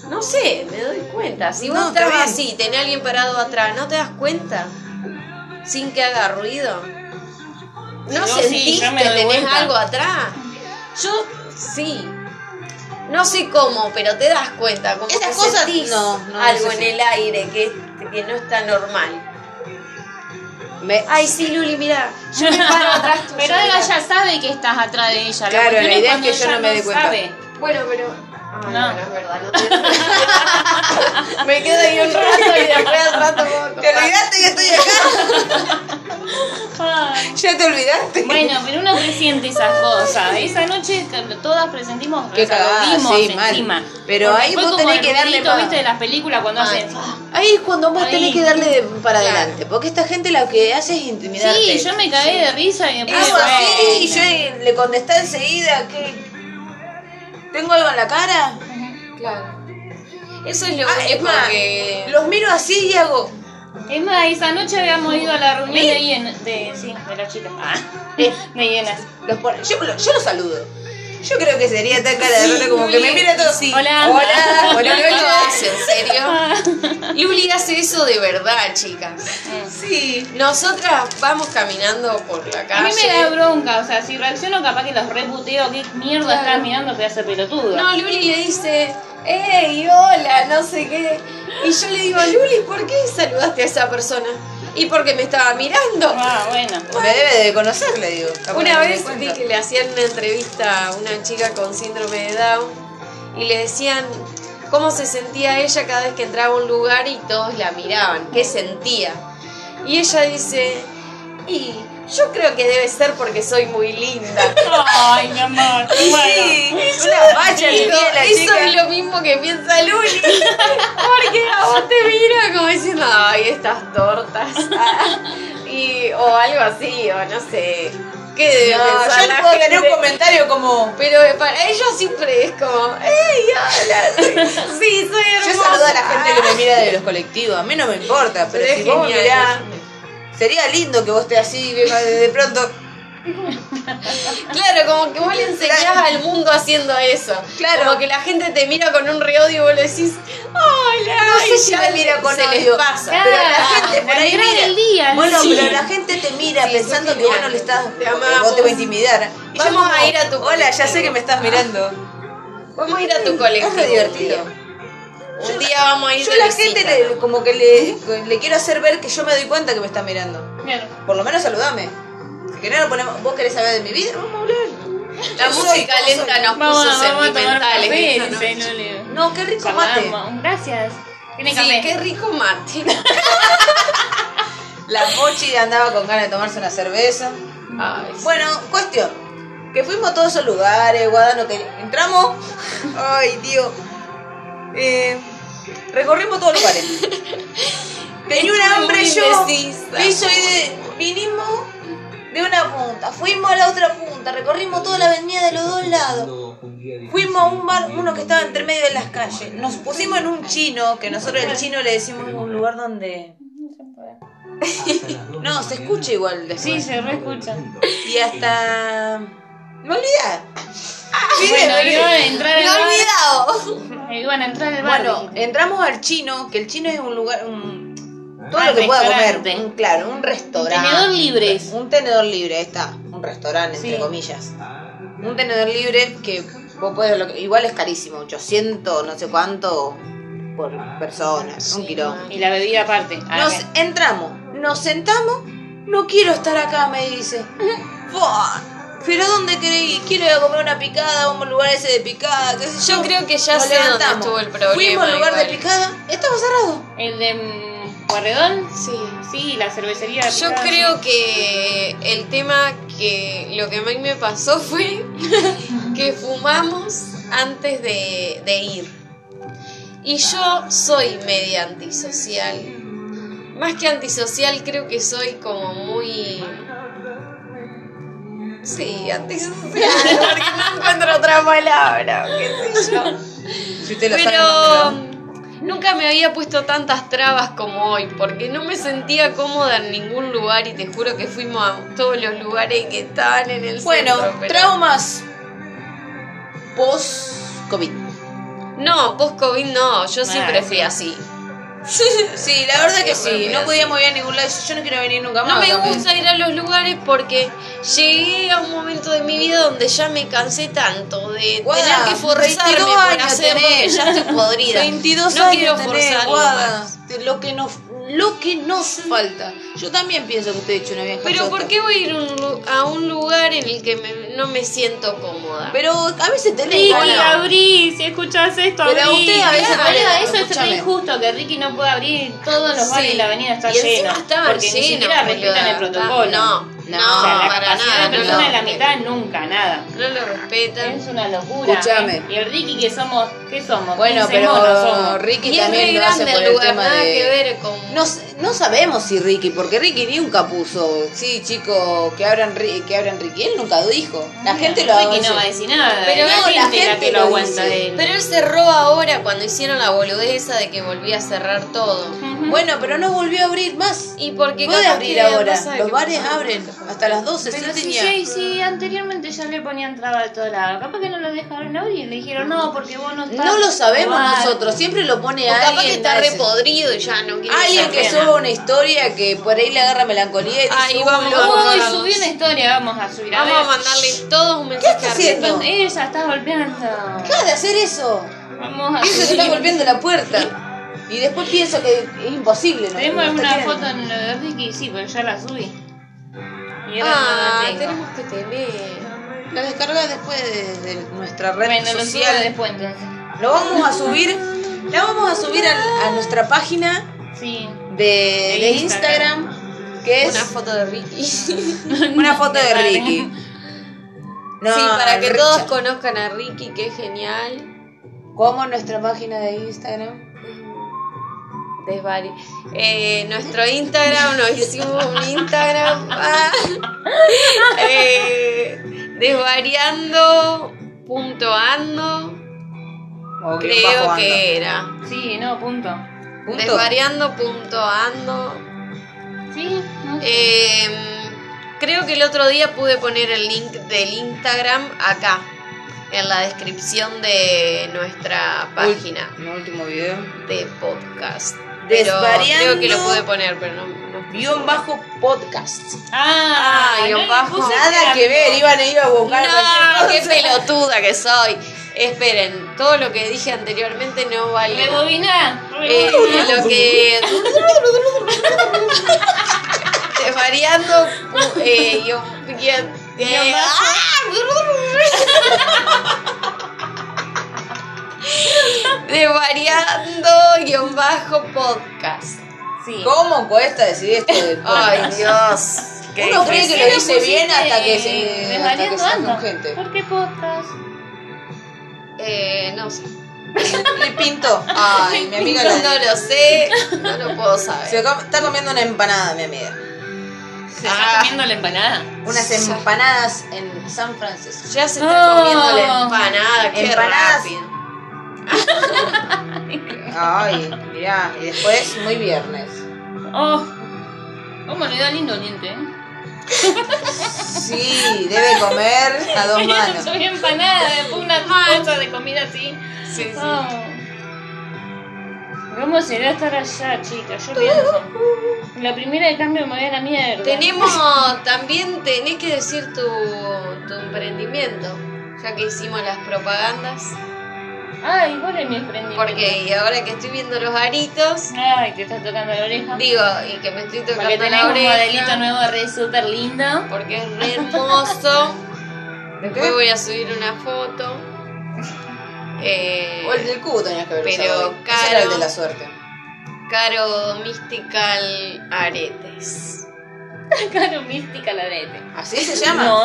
Speaker 4: no sé, me doy cuenta. Si vos
Speaker 3: No, está
Speaker 4: estás
Speaker 3: bien.
Speaker 4: así, tenés a alguien parado atrás, ¿no te das cuenta? Sin que haga ruido.
Speaker 2: Yo
Speaker 4: ¿No
Speaker 2: sí,
Speaker 4: sentís
Speaker 2: yo me
Speaker 4: que
Speaker 2: doy
Speaker 4: tenés
Speaker 2: cuenta.
Speaker 4: algo atrás? Yo sí. No sé cómo, pero te das cuenta. Como
Speaker 3: Esas
Speaker 4: que
Speaker 3: cosas,
Speaker 4: sentís
Speaker 3: no, no,
Speaker 4: algo
Speaker 3: eso sí.
Speaker 4: en el aire que, que no está normal.
Speaker 3: Me-
Speaker 4: Ay, sí, Luli, mirá. Yo me paro atrás tuyo,
Speaker 2: pero ella
Speaker 4: mirá.
Speaker 2: ya sabe que estás atrás de ella.
Speaker 3: Claro,
Speaker 2: cuestión
Speaker 3: la idea es
Speaker 2: cuando
Speaker 3: que yo
Speaker 2: ella
Speaker 3: no me dé cuenta.
Speaker 2: sabe.
Speaker 4: Bueno, pero. Ah,
Speaker 2: No.
Speaker 4: bueno, es verdad, no te- Me quedo ahí un rato y después al rato vos-
Speaker 3: ¿Te olvidaste que estoy acá? ¿Ya te olvidaste?
Speaker 2: Bueno, pero uno presiente esas cosas. Esa noche que todas presentimos,
Speaker 3: Qué cagada,
Speaker 2: resaludimos
Speaker 3: sí, mal.
Speaker 2: encima.
Speaker 3: Pero
Speaker 2: Porque
Speaker 3: ahí
Speaker 2: fue
Speaker 3: vos
Speaker 2: como
Speaker 3: tenés
Speaker 2: el
Speaker 3: que darle
Speaker 2: ruidito,
Speaker 3: pa- Ah,
Speaker 2: ¿viste? de las películas cuando hacen...
Speaker 3: Ahí es cuando vos
Speaker 2: Ahí.
Speaker 3: tenés que darle de- para
Speaker 4: Claro.
Speaker 3: adelante, porque esta gente lo que hace es intimidarte.
Speaker 2: Sí, yo me cagué de risa y después...
Speaker 3: Hago así y
Speaker 2: bueno.
Speaker 3: yo le contesté enseguida que... ¿Tengo algo en la cara?
Speaker 4: Claro. Eso es lo
Speaker 3: Ah,
Speaker 4: es
Speaker 3: es más,
Speaker 4: porque-
Speaker 3: los miro así y hago...
Speaker 2: Es más, esa noche habíamos ido a la reunión de hienas. De, sí, de las chicas. Ah, de hienas.
Speaker 3: Los pone- yo, lo- yo los saludo. Yo creo que sería tan cara de raro como que me mira todo así.
Speaker 2: Hola.
Speaker 3: Hola.
Speaker 4: Pero
Speaker 3: Buenas
Speaker 4: no lo
Speaker 3: noches.
Speaker 4: hace, en
Speaker 2: Ah.
Speaker 4: serio. Luli hace eso de verdad, chicas.
Speaker 3: Sí.
Speaker 4: Nosotras vamos caminando por la
Speaker 2: A
Speaker 4: calle.
Speaker 2: mí me da bronca, o sea, si reacciono capaz que los reputeo, qué mierda
Speaker 4: Claro.
Speaker 2: estás mirando pedazo de pelotudo.
Speaker 4: No, Luli le dice, hey, hola, no sé qué. Y yo le digo, Luli, ¿por qué saludaste a esa persona? Y porque me estaba mirando.
Speaker 2: Ah, bueno.
Speaker 3: Me debe de conocer, le digo. Capaz
Speaker 4: Una
Speaker 3: no me
Speaker 4: vez vi
Speaker 3: cuenta.
Speaker 4: que le hacían una entrevista a una chica con síndrome de Down y le decían cómo se sentía ella cada vez que entraba a un lugar y todos la miraban, qué sentía. Y ella dice, y yo creo que debe ser porque soy muy linda.
Speaker 2: Ay, mi amor.
Speaker 4: "Ah,
Speaker 3: Sí,
Speaker 2: Bueno.
Speaker 3: es una bacha
Speaker 4: Y
Speaker 3: le
Speaker 4: digo,
Speaker 3: di a la
Speaker 4: eso
Speaker 3: chica.
Speaker 4: es lo mismo que piensa Luli. Porque a vos te mira como diciendo, ay, estas tortas. Ah, y, o algo así, o no sé. qué debe
Speaker 3: No,
Speaker 4: pensar
Speaker 3: yo
Speaker 4: la
Speaker 3: le puedo
Speaker 4: gente?
Speaker 3: tener un comentario como.
Speaker 4: Pero para
Speaker 3: eh,
Speaker 4: ellos siempre es como, ¡Ey, hola! Sí, soy hermosa.
Speaker 3: ah, Yo saludo a la gente que me mira de los colectivos, a mí no me importa, pero
Speaker 4: Pero
Speaker 3: si
Speaker 4: es
Speaker 3: vos
Speaker 4: genial,
Speaker 3: mirás,
Speaker 4: es
Speaker 3: sería lindo que vos estés así, vieja, de de pronto.
Speaker 4: Claro, como que vos le enseñás
Speaker 3: Claro.
Speaker 4: al mundo haciendo eso.
Speaker 3: Claro.
Speaker 4: Como que la gente te mira con un reodio y vos le decís, ¡Hola!
Speaker 3: No sé
Speaker 4: y
Speaker 3: si
Speaker 4: ya
Speaker 3: me mira con
Speaker 4: se les
Speaker 3: odio,
Speaker 4: pasa.
Speaker 3: pero la
Speaker 1: Ah,
Speaker 3: gente por
Speaker 1: la
Speaker 3: ahí
Speaker 1: mirada
Speaker 3: mira.
Speaker 1: del día,
Speaker 3: bueno,
Speaker 1: sí.
Speaker 3: pero la gente te mira
Speaker 4: Sí,
Speaker 3: pensando
Speaker 4: sos
Speaker 3: que vos
Speaker 4: genial.
Speaker 3: no le estás,
Speaker 4: Te
Speaker 3: porque
Speaker 4: amamos.
Speaker 3: vos te vas a intimidar. Y yo
Speaker 4: Vamos
Speaker 3: como,
Speaker 4: a ir a tu Ah.
Speaker 3: Hola, ya sé
Speaker 4: colectivo".
Speaker 3: que me estás mirando.
Speaker 4: Vamos a ir a tu colectivo.
Speaker 3: Es re divertido.
Speaker 4: Un día vamos a ir
Speaker 3: Yo
Speaker 4: de
Speaker 3: la
Speaker 4: visita.
Speaker 3: gente le- como que le, le quiero hacer ver que yo me doy cuenta que me está mirando.
Speaker 2: Claro.
Speaker 3: Por lo menos saludame. Si querés lo ponemos, vos querés saber de mi vida, vamos a hablar.
Speaker 4: La
Speaker 3: Yo soy,
Speaker 4: música
Speaker 3: ¿cómo
Speaker 4: lenta
Speaker 3: soy?
Speaker 4: nos
Speaker 2: Vamos,
Speaker 4: puso
Speaker 2: vamos a tomar
Speaker 4: sentimentales.
Speaker 2: café,
Speaker 4: esta
Speaker 2: dice,
Speaker 4: noche.
Speaker 2: no le-
Speaker 3: No, qué rico mate.
Speaker 1: Llamamos. Gracias. Tiene
Speaker 4: Sí,
Speaker 1: café.
Speaker 4: qué rico mate.
Speaker 3: La mochi andaba con ganas de tomarse una cerveza.
Speaker 4: Ay, sí.
Speaker 3: Bueno, cuestión. Que fuimos a todos esos lugares, Guadano, que entramos. Ay, Dios. Eh, recorrimos todos los lugares. Tenía un
Speaker 4: Estuve
Speaker 3: hambre
Speaker 4: muy
Speaker 3: yo.
Speaker 4: indecisa.
Speaker 3: Piso y de, vinimos de una punta, fuimos a la otra punta, recorrimos toda la avenida de los dos lados. Fuimos a un bar, uno que estaba entre medio de las calles. Nos pusimos en un chino, que nosotros el chino le decimos es un lugar donde. No, se escucha igual después.
Speaker 2: Sí, se reescucha.
Speaker 3: Y hasta. Me olvidé.
Speaker 2: Ah,
Speaker 1: Ah, Bueno, iban a entrar
Speaker 3: Me he
Speaker 1: al bar.
Speaker 3: olvidado.
Speaker 1: Iban a entrar al bar.
Speaker 3: Bueno, entramos al chino, que el chino es un lugar. Un, todo lo que pueda comer.
Speaker 1: Restaurante.
Speaker 3: Un- claro, un restaurante.
Speaker 1: Tenedor libres.
Speaker 3: Un tenedor libre, ahí está. Un restaurante, entre
Speaker 1: Sí.
Speaker 3: comillas. Un tenedor libre que vos podés. lo que- igual es carísimo, 800, no sé cuánto por persona, un kilo.
Speaker 1: Y la bebida aparte. Ah,
Speaker 3: Nos entramos, nos sentamos. No quiero estar acá, me dice. Buah, Pero ¿dónde querés ir? Quiero ir a comer una picada, vamos al lugar ese de picada. qué sé
Speaker 4: Yo creo que ya
Speaker 3: Nos
Speaker 4: sé dónde
Speaker 3: levantamos.
Speaker 4: estuvo el problema
Speaker 3: Fuimos al lugar de
Speaker 4: igual.
Speaker 3: picada, estaba cerrado.
Speaker 1: El de mm, Guarredón.
Speaker 4: Sí.
Speaker 1: Sí, la cervecería.
Speaker 4: Yo
Speaker 1: picada.
Speaker 4: creo que el tema que lo que a mí me pasó fue que fumamos antes de, de ir. Y yo soy media antisocial. Más que antisocial, creo que soy como muy. Sí, antisocial, porque no encuentro otra palabra, qué sé yo.
Speaker 3: Si usted
Speaker 4: Pero nunca me había puesto tantas trabas como hoy, porque no me sentía cómoda en ningún lugar y te juro que fuimos a todos los lugares que estaban en el
Speaker 3: Bueno,
Speaker 4: centro. pero-
Speaker 3: traumas post-COVID.
Speaker 4: No, post-COVID no, yo siempre
Speaker 1: sí.
Speaker 4: fui así.
Speaker 3: Sí, la verdad que sí,
Speaker 4: bueno,
Speaker 3: no podíamos ir a ningún lado. Yo no quiero venir nunca más.
Speaker 4: No me
Speaker 3: también.
Speaker 4: gusta ir a los lugares porque llegué a un momento de mi vida donde ya me cansé tanto de
Speaker 3: Guada,
Speaker 4: tener que forzarme
Speaker 3: 22
Speaker 4: por
Speaker 3: años
Speaker 4: hacerlo, que
Speaker 3: tenés.
Speaker 4: ya estoy podrida.
Speaker 3: 22
Speaker 4: no
Speaker 3: años
Speaker 4: quiero
Speaker 3: tenés,
Speaker 4: forzarlo
Speaker 3: guada.
Speaker 4: más.
Speaker 3: De Lo que nos, lo que nos falta. Yo también pienso que usted ha hecho una vieja
Speaker 4: Pero
Speaker 3: chota.
Speaker 4: ¿por qué voy a ir un lu- a un lugar en el que me- no me siento cómoda?
Speaker 3: Pero a veces tenés
Speaker 1: Ricky,
Speaker 3: ganas.
Speaker 1: abrí, si escuchás esto,
Speaker 3: Pero
Speaker 1: abrí.
Speaker 3: usted a veces
Speaker 1: Claro,
Speaker 3: no le da,
Speaker 1: eso es
Speaker 3: escúchame.
Speaker 1: re injusto que Ricky no pueda abrir todos los bares
Speaker 4: Sí.
Speaker 1: de la avenida está
Speaker 4: y encima
Speaker 1: lleno.
Speaker 4: estaban
Speaker 1: porque ni
Speaker 4: llenos,
Speaker 1: siquiera respetan
Speaker 4: boluda.
Speaker 1: el protocolo.
Speaker 4: No, no,
Speaker 1: O sea, la
Speaker 4: para
Speaker 1: capacidad
Speaker 4: nada.
Speaker 1: de persona
Speaker 4: no,
Speaker 1: es la mitad nunca, nada.
Speaker 4: No lo respetan.
Speaker 1: Es una locura.
Speaker 3: Escúchame.
Speaker 1: Y el Ricky que somos, ¿qué somos?
Speaker 3: Bueno,
Speaker 1: 15 monos
Speaker 3: pero
Speaker 1: somos.
Speaker 3: Ricky
Speaker 4: y es
Speaker 3: también
Speaker 4: re
Speaker 3: lo hace
Speaker 4: grande
Speaker 3: por
Speaker 4: el
Speaker 3: el
Speaker 4: lugar,
Speaker 3: tema
Speaker 4: nada que
Speaker 3: de...
Speaker 4: ver con...
Speaker 3: No, s- no sabemos si Ricky, porque Ricky ni un capuzo. Sí, chico, que abran, Ri- que abran Ricky. Él nunca lo dijo. La gente lo
Speaker 1: Ricky
Speaker 3: dice.
Speaker 1: no va a decir nada.
Speaker 4: Pero
Speaker 1: la,
Speaker 4: no,
Speaker 1: gente es
Speaker 4: la
Speaker 1: la
Speaker 3: gente
Speaker 1: que lo
Speaker 3: lo
Speaker 1: aguanta
Speaker 3: dice.
Speaker 1: de él.
Speaker 4: Pero él cerró ahora cuando hicieron la boludez esa de que volvía a cerrar todo.
Speaker 1: Ujú.
Speaker 3: Bueno, pero no volvió a abrir más.
Speaker 4: Y porque
Speaker 3: Puede
Speaker 4: capaz
Speaker 3: abrir
Speaker 4: que
Speaker 3: ahora.
Speaker 4: pasa
Speaker 3: Los
Speaker 4: que-
Speaker 3: bares abren hasta las 12.
Speaker 1: Pero
Speaker 3: sí
Speaker 1: si,
Speaker 3: tenía.
Speaker 1: Jay, si anteriormente ya le ponían traba de todos lados, capaz que no lo dejaron abrir, le dijeron no, porque vos no estás.
Speaker 3: No lo sabemos
Speaker 1: Igual.
Speaker 3: nosotros. Siempre lo pone
Speaker 4: O capaz
Speaker 3: alguien.
Speaker 4: que está
Speaker 3: a veces.
Speaker 4: repodrido y ya no quiere
Speaker 3: Alguien
Speaker 4: saber
Speaker 3: que
Speaker 4: nada.
Speaker 3: suba una historia que por ahí le agarra melancolía y dice,
Speaker 4: Ahí
Speaker 3: "Uy,
Speaker 4: vamos,
Speaker 3: loco".
Speaker 4: vamos.
Speaker 1: Uy, subí una historia, vamos a subir a
Speaker 4: Vamos a
Speaker 1: ver.
Speaker 4: mandarle todos un mensaje
Speaker 3: está
Speaker 4: a
Speaker 3: haciendo?
Speaker 4: Ricky.
Speaker 1: Entonces, Ella está golpeando.
Speaker 3: Deja de hacer eso.
Speaker 1: Vamos a
Speaker 3: Eso se
Speaker 1: subir.
Speaker 3: está golpeando la puerta. Y después pienso que es imposible. ¿no?
Speaker 1: Tenemos
Speaker 3: No te
Speaker 1: alguna
Speaker 3: quieren.
Speaker 1: foto en lo de Ricky, sí, pero ya la subí. Y ahora
Speaker 4: Ah,
Speaker 1: no la tengo.
Speaker 4: tenemos que tener.
Speaker 3: Lo descargas después de, de nuestra red
Speaker 1: Bueno, lo subo
Speaker 3: social.
Speaker 1: después entonces.
Speaker 3: Lo vamos a subir. La vamos a subir a, a nuestra página
Speaker 1: Sí.
Speaker 3: de, de Instagram, que es
Speaker 4: Una foto de Ricky.
Speaker 3: una foto de Ricky. No,
Speaker 4: sí, para que
Speaker 3: Richard.
Speaker 4: todos conozcan a Ricky, que es genial.
Speaker 3: ¿Cómo nuestra página de Instagram?
Speaker 4: Desvari. Eh, nuestro Instagram, nos hicimos un Instagram. Ah. Eh, Desvariando, puntoando,
Speaker 3: O que
Speaker 4: creo
Speaker 3: bajo
Speaker 4: que era.
Speaker 2: Sí, no, punto.
Speaker 3: ando. Punto.
Speaker 4: Desvariando, puntoando.
Speaker 2: Sí, no sé.
Speaker 4: Eh, creo que el otro día pude poner el link del Instagram acá, en la descripción de nuestra página
Speaker 3: Un último video.
Speaker 4: de podcast. Pero
Speaker 3: Desvariando.
Speaker 4: creo que lo pude poner, pero no. no-
Speaker 3: Guión bajo podcast.
Speaker 2: Ah,
Speaker 4: ah,
Speaker 2: no
Speaker 4: guión
Speaker 2: le
Speaker 4: bajo.
Speaker 2: puse
Speaker 3: Nada que ver, iban a ir a buscar
Speaker 4: No, qué
Speaker 3: cualquier cosa.
Speaker 4: pelotuda que soy. Esperen, todo lo que dije anteriormente no vale.
Speaker 2: Rebobina.
Speaker 4: Eh, lo que. Desvariando. cu- Eh, yo. guión- eh, ¡ah! Desvariando guión bajo podcast.
Speaker 2: Sí.
Speaker 3: ¿Cómo cuesta decir esto del
Speaker 4: Ay,
Speaker 3: podcast?
Speaker 4: Dios. qué
Speaker 3: Uno cree
Speaker 4: difícil.
Speaker 3: que lo dice bien
Speaker 2: pusiste
Speaker 3: hasta que se, hasta que
Speaker 2: Desvariando
Speaker 3: se
Speaker 2: Ando.
Speaker 3: gente.
Speaker 2: ¿Por qué podcast?
Speaker 4: Eh, no sé.
Speaker 3: Le pintó. Ay, mi amiga la-
Speaker 4: No lo sé. No lo puedo saber.
Speaker 3: se com- está comiendo una empanada, mi amiga.
Speaker 2: Se
Speaker 4: Ah.
Speaker 2: está comiendo la empanada.
Speaker 3: Unas empanadas en San Francisco.
Speaker 4: Ya se está
Speaker 2: Oh.
Speaker 4: comiendo la empanada, qué
Speaker 3: Empanadas.
Speaker 4: rápido.
Speaker 3: Ay, mirá, y después muy viernes.
Speaker 2: Oh. ¿Cómo le da lindo diente, eh?
Speaker 3: Sí, debe comer a dos manos.
Speaker 2: Soy empanada, después una cosa de comida así.
Speaker 4: Sí, sí.
Speaker 2: Oh. ¿Cómo será estar allá, chica? Yo pienso. La primera de cambio me voy a la mierda.
Speaker 4: Tenemos, también tenés que decir tu, tu emprendimiento, ya que hicimos las propagandas.
Speaker 2: Ay, ¿cuál es mi emprendimiento?
Speaker 4: Porque y ahora que estoy viendo los aritos,
Speaker 2: Ay, te estás tocando la oreja.
Speaker 4: digo, y que me estoy
Speaker 2: Porque
Speaker 4: tocando
Speaker 2: tenés
Speaker 4: la
Speaker 2: un modelito
Speaker 4: oreja,
Speaker 2: nuevo re súper lindo.
Speaker 4: porque es re hermoso. Después voy a subir una foto. Eh,
Speaker 3: O el del cubo tenías que haber
Speaker 4: Pero
Speaker 3: usado hoy. Ese era
Speaker 4: caro.
Speaker 3: el de la suerte.
Speaker 4: Caro Mystical Aretes.
Speaker 2: Claro, mística la vete.
Speaker 3: ¿Así se llama?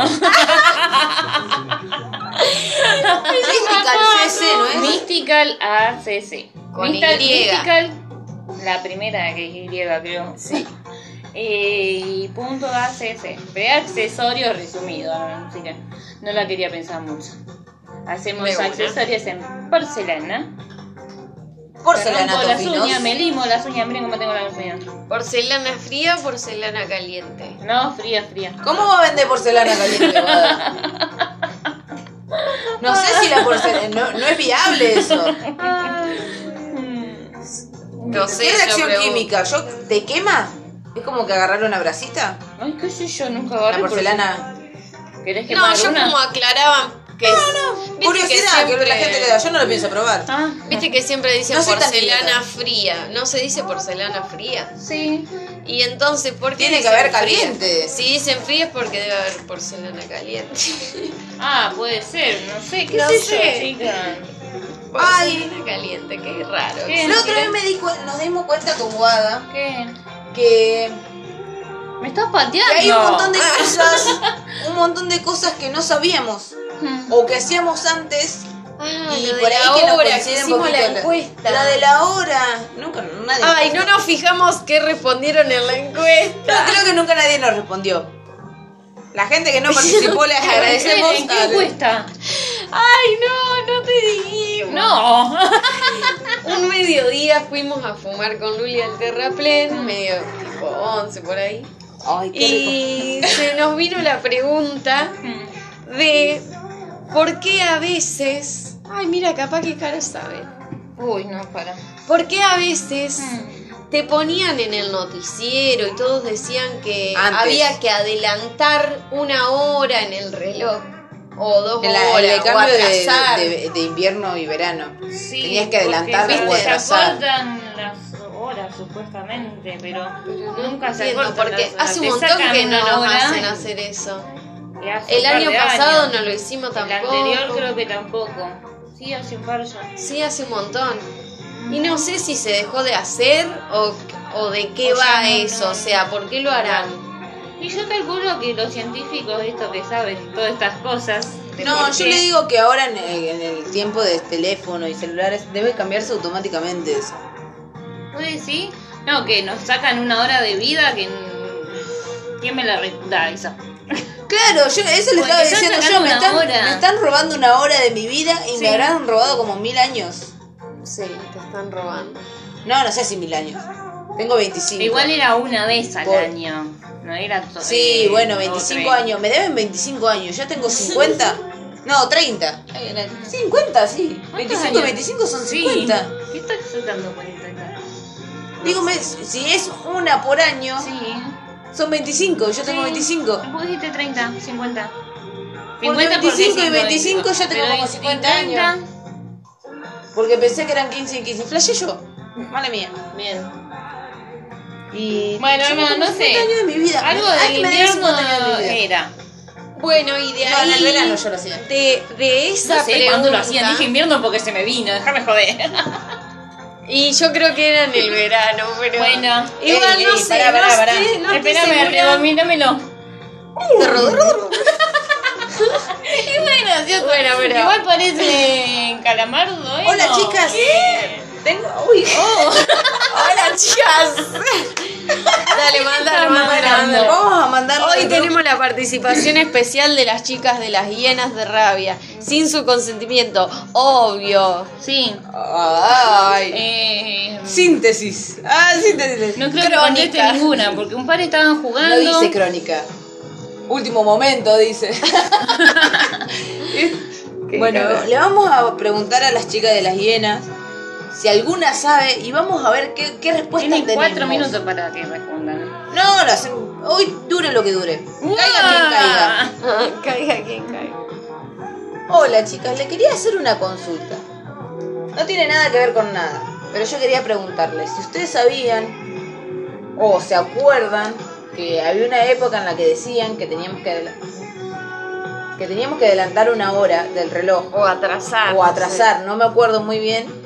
Speaker 2: No,
Speaker 3: Mystical CC, ¿no es?
Speaker 2: Mystical ACC.
Speaker 4: Con
Speaker 2: Mystical,
Speaker 4: Y.
Speaker 2: Mystical, la primera que es Y, creo. Sí. Eh, y punto ACC. Pero es accesorio resumido, ¿no? así que no la quería pensar mucho. Hacemos
Speaker 4: De una.
Speaker 2: accesorios en porcelana. Me
Speaker 3: Porcelanato
Speaker 2: rompo las
Speaker 3: finos.
Speaker 2: uñas, me limo las uñas, miren cómo tengo las uñas.
Speaker 4: Porcelana fría o porcelana caliente.
Speaker 2: No, fría, fría.
Speaker 3: ¿Cómo va a vender porcelana caliente, Guada? No sé si la porcelana... No, no es viable eso.
Speaker 2: Mm.
Speaker 4: No sé,
Speaker 3: ¿Qué
Speaker 4: yo
Speaker 3: reacción
Speaker 4: pregunto.
Speaker 3: química? ¿Yo ¿Te quema? ¿Es como que agarrar una brasita?
Speaker 2: Ay, qué sé yo, nunca
Speaker 3: ¿La
Speaker 2: agarré
Speaker 3: porcelana?
Speaker 2: porcelana. ¿Querés
Speaker 4: No,
Speaker 2: quemar
Speaker 4: yo
Speaker 2: una?
Speaker 4: como aclaraban que. viste que
Speaker 3: Curiosidad que,
Speaker 4: siempre-
Speaker 3: la gente le da. Yo no lo pienso probar.
Speaker 2: Ah,
Speaker 4: Viste que siempre dicen
Speaker 3: No soy tan
Speaker 4: porcelana
Speaker 3: idiota.
Speaker 4: fría. No se dice porcelana fría.
Speaker 2: ah. sí.
Speaker 4: Y entonces, ¿por qué
Speaker 3: Tiene que
Speaker 4: dicen
Speaker 3: haber
Speaker 4: fría?
Speaker 3: caliente.
Speaker 4: Si dicen fría es porque debe haber porcelana caliente.
Speaker 2: Ah, puede ser, no sé, qué
Speaker 4: No
Speaker 2: sé,
Speaker 4: sé.
Speaker 2: yo, chica.
Speaker 3: Ay.
Speaker 4: Porcelana caliente, qué raro.
Speaker 2: ¿Qué?
Speaker 3: La otra vez me di cu- nos dimos cuenta con Guada
Speaker 2: ¿Qué?
Speaker 3: que
Speaker 2: ¿Me estás
Speaker 3: que
Speaker 2: pateando?
Speaker 3: hay un montón de cosas, un montón de cosas que no sabíamos
Speaker 2: Hmm.
Speaker 3: o que hacíamos antes
Speaker 4: Ah,
Speaker 3: y
Speaker 4: lo de
Speaker 3: por
Speaker 4: la
Speaker 3: ahí que nos
Speaker 4: obra,
Speaker 3: coincide
Speaker 4: que
Speaker 3: un
Speaker 4: hicimos
Speaker 3: poquito
Speaker 4: la
Speaker 3: la-
Speaker 4: encuesta.
Speaker 3: La de la hora. Nunca nadie.
Speaker 4: Ay, no nos fijamos qué respondieron en la encuesta.
Speaker 3: No, creo que nunca nadie nos respondió. La gente que no participó les agradecemos.
Speaker 2: ¿En
Speaker 3: al-
Speaker 2: qué cuesta?
Speaker 4: Ay, no, no te dijimos.
Speaker 2: No.
Speaker 4: Un mediodía fuimos a fumar con Luli al terraplén, medio tipo 11 por ahí.
Speaker 3: Ay, qué rico.
Speaker 4: Y se nos vino la pregunta
Speaker 2: Mm.
Speaker 4: de por qué a veces. Ay, mira, capaz que Caro sabe.
Speaker 2: Uy, no, para.
Speaker 4: ¿Por qué a veces
Speaker 3: Hmm.
Speaker 4: te ponían en el noticiero y todos decían que
Speaker 3: Antes.
Speaker 4: había que adelantar una hora en el reloj? O dos
Speaker 3: En la-
Speaker 4: horas,
Speaker 3: en el
Speaker 4: o
Speaker 3: cambio
Speaker 4: atrasar.
Speaker 3: de, de- de invierno y verano.
Speaker 2: Sí,
Speaker 3: Tenías que adelantar
Speaker 2: porque,
Speaker 3: o
Speaker 2: viste,
Speaker 3: atrasar.
Speaker 2: Se acortan las horas, supuestamente, pero,
Speaker 4: Pero no
Speaker 2: nunca se
Speaker 4: entiendo,
Speaker 2: acortan
Speaker 4: porque
Speaker 2: las horas.
Speaker 4: hace un
Speaker 2: Te
Speaker 4: montón
Speaker 2: sacan
Speaker 4: que no
Speaker 2: una
Speaker 4: nos
Speaker 2: hora
Speaker 4: hacen
Speaker 2: y-
Speaker 4: hacer eso.
Speaker 2: y hace
Speaker 4: El
Speaker 2: un par
Speaker 4: año
Speaker 2: de
Speaker 4: pasado
Speaker 2: años.
Speaker 4: no lo hicimos
Speaker 2: El
Speaker 4: tampoco.
Speaker 2: anterior creo que tampoco. Sí, hace un par ya.
Speaker 4: Sí, hace un montón. Y no sé si se dejó de hacer o, o de qué
Speaker 2: O ya
Speaker 4: va
Speaker 2: no,
Speaker 4: eso,
Speaker 2: no.
Speaker 4: o sea, ¿por qué lo harán?
Speaker 2: Y yo calculo que los científicos, esto que saben todas estas cosas. de
Speaker 3: No,
Speaker 2: por
Speaker 3: yo
Speaker 2: qué-
Speaker 3: le digo que ahora en, en el tiempo de teléfono y celulares debe cambiarse automáticamente eso.
Speaker 2: Pues sí, no, que nos sacan una hora de vida que. n- ¿Quién me la re- da esa?
Speaker 3: Claro, yo eso le
Speaker 1: Porque
Speaker 3: estaba
Speaker 1: están
Speaker 3: diciendo yo,
Speaker 1: sacando
Speaker 3: me
Speaker 1: una
Speaker 3: están,
Speaker 1: hora.
Speaker 3: me están robando una hora de mi vida y me habrán robado como mil años.
Speaker 4: Sí, te están robando.
Speaker 3: No, no sé si mil años. Tengo 25.
Speaker 1: Igual era una vez al
Speaker 3: Por-
Speaker 1: año. No era todo.
Speaker 2: eh,
Speaker 3: Sí, bueno, 25 años. Me deben 25 años. Yo tengo 50. No, 30. 50, sí. 25,
Speaker 1: años?
Speaker 3: 25 son
Speaker 1: Sí.
Speaker 3: 50.
Speaker 1: ¿Qué estás sacando 40 acá?
Speaker 3: Digo, me- si es una por año,
Speaker 1: Sí.
Speaker 3: son 25. Yo tengo
Speaker 1: Sí.
Speaker 3: 25.
Speaker 1: Vos dijiste 30, 50.
Speaker 3: Por 25 y 25 ya tengo
Speaker 1: Pero
Speaker 3: como
Speaker 1: y-
Speaker 3: 50
Speaker 1: y 30,
Speaker 3: años. Porque pensé que eran 15 y 15. Flashé yo. Mala mía.
Speaker 2: Bien.
Speaker 3: Y
Speaker 2: Bueno,
Speaker 3: yo
Speaker 2: no,
Speaker 3: tengo
Speaker 2: no
Speaker 3: 50
Speaker 2: sé.
Speaker 3: años de mi vida.
Speaker 2: Algo
Speaker 3: Ay,
Speaker 2: del
Speaker 3: que me deben
Speaker 2: invierno eh,
Speaker 3: 50 años de mi vida.
Speaker 2: era.
Speaker 4: Bueno, y de
Speaker 3: No, en
Speaker 4: ahí.
Speaker 3: el verano yo lo hacía.
Speaker 4: De, de esa
Speaker 2: No sé cuándo lo hacían.
Speaker 4: pregunta-
Speaker 2: Dije invierno porque se me vino. Déjame joder.
Speaker 4: Y yo creo que era en el verano, pero.
Speaker 2: Bueno.
Speaker 4: Igual
Speaker 3: Ey,
Speaker 4: no
Speaker 3: ey,
Speaker 4: sé.
Speaker 3: pará, pará,
Speaker 4: no
Speaker 3: pará.
Speaker 4: sé, no estoy
Speaker 2: Espérame,
Speaker 4: segura.
Speaker 2: rebobinamelo.
Speaker 3: Te rodó, rodó.
Speaker 2: Es muy gracioso.
Speaker 4: Bueno, pero-
Speaker 2: Igual parece calamardo, ¿eh?
Speaker 3: Hola,
Speaker 2: No.
Speaker 3: chicas. Tengo. Uy, oh.
Speaker 4: Hola, chicas. Dale, mandalo, mandalo,
Speaker 2: mandando?
Speaker 4: mandalo.
Speaker 3: Vamos a mandar.
Speaker 4: Hoy tenemos la participación especial de las chicas de las hienas de rabia, sin su consentimiento, obvio.
Speaker 2: Sí.
Speaker 3: Ay.
Speaker 2: Eh,
Speaker 3: Síntesis. Ah, síntesis.
Speaker 2: no creo que
Speaker 4: Crónica.
Speaker 2: conteste ninguna, porque un par estaban
Speaker 3: No
Speaker 2: jugando.
Speaker 3: dice crónica. Último momento, dice. bueno, le vamos a preguntar a las chicas de las hienas si alguna sabe y vamos a ver qué, qué respuesta
Speaker 2: Tienen
Speaker 3: tenemos.
Speaker 2: cuatro minutos para que respondan.
Speaker 3: No, lo hacemos- Hoy dure lo que dure. Caiga quien caiga.
Speaker 4: caiga quien caiga.
Speaker 3: Hola chicas, le quería hacer una consulta. No tiene nada que ver con nada, pero yo quería preguntarles si ustedes sabían o se acuerdan que había una época en la que decían que teníamos que adela- que teníamos que adelantar una hora del reloj
Speaker 4: O atrasar.
Speaker 3: o atrasar, no me acuerdo muy bien.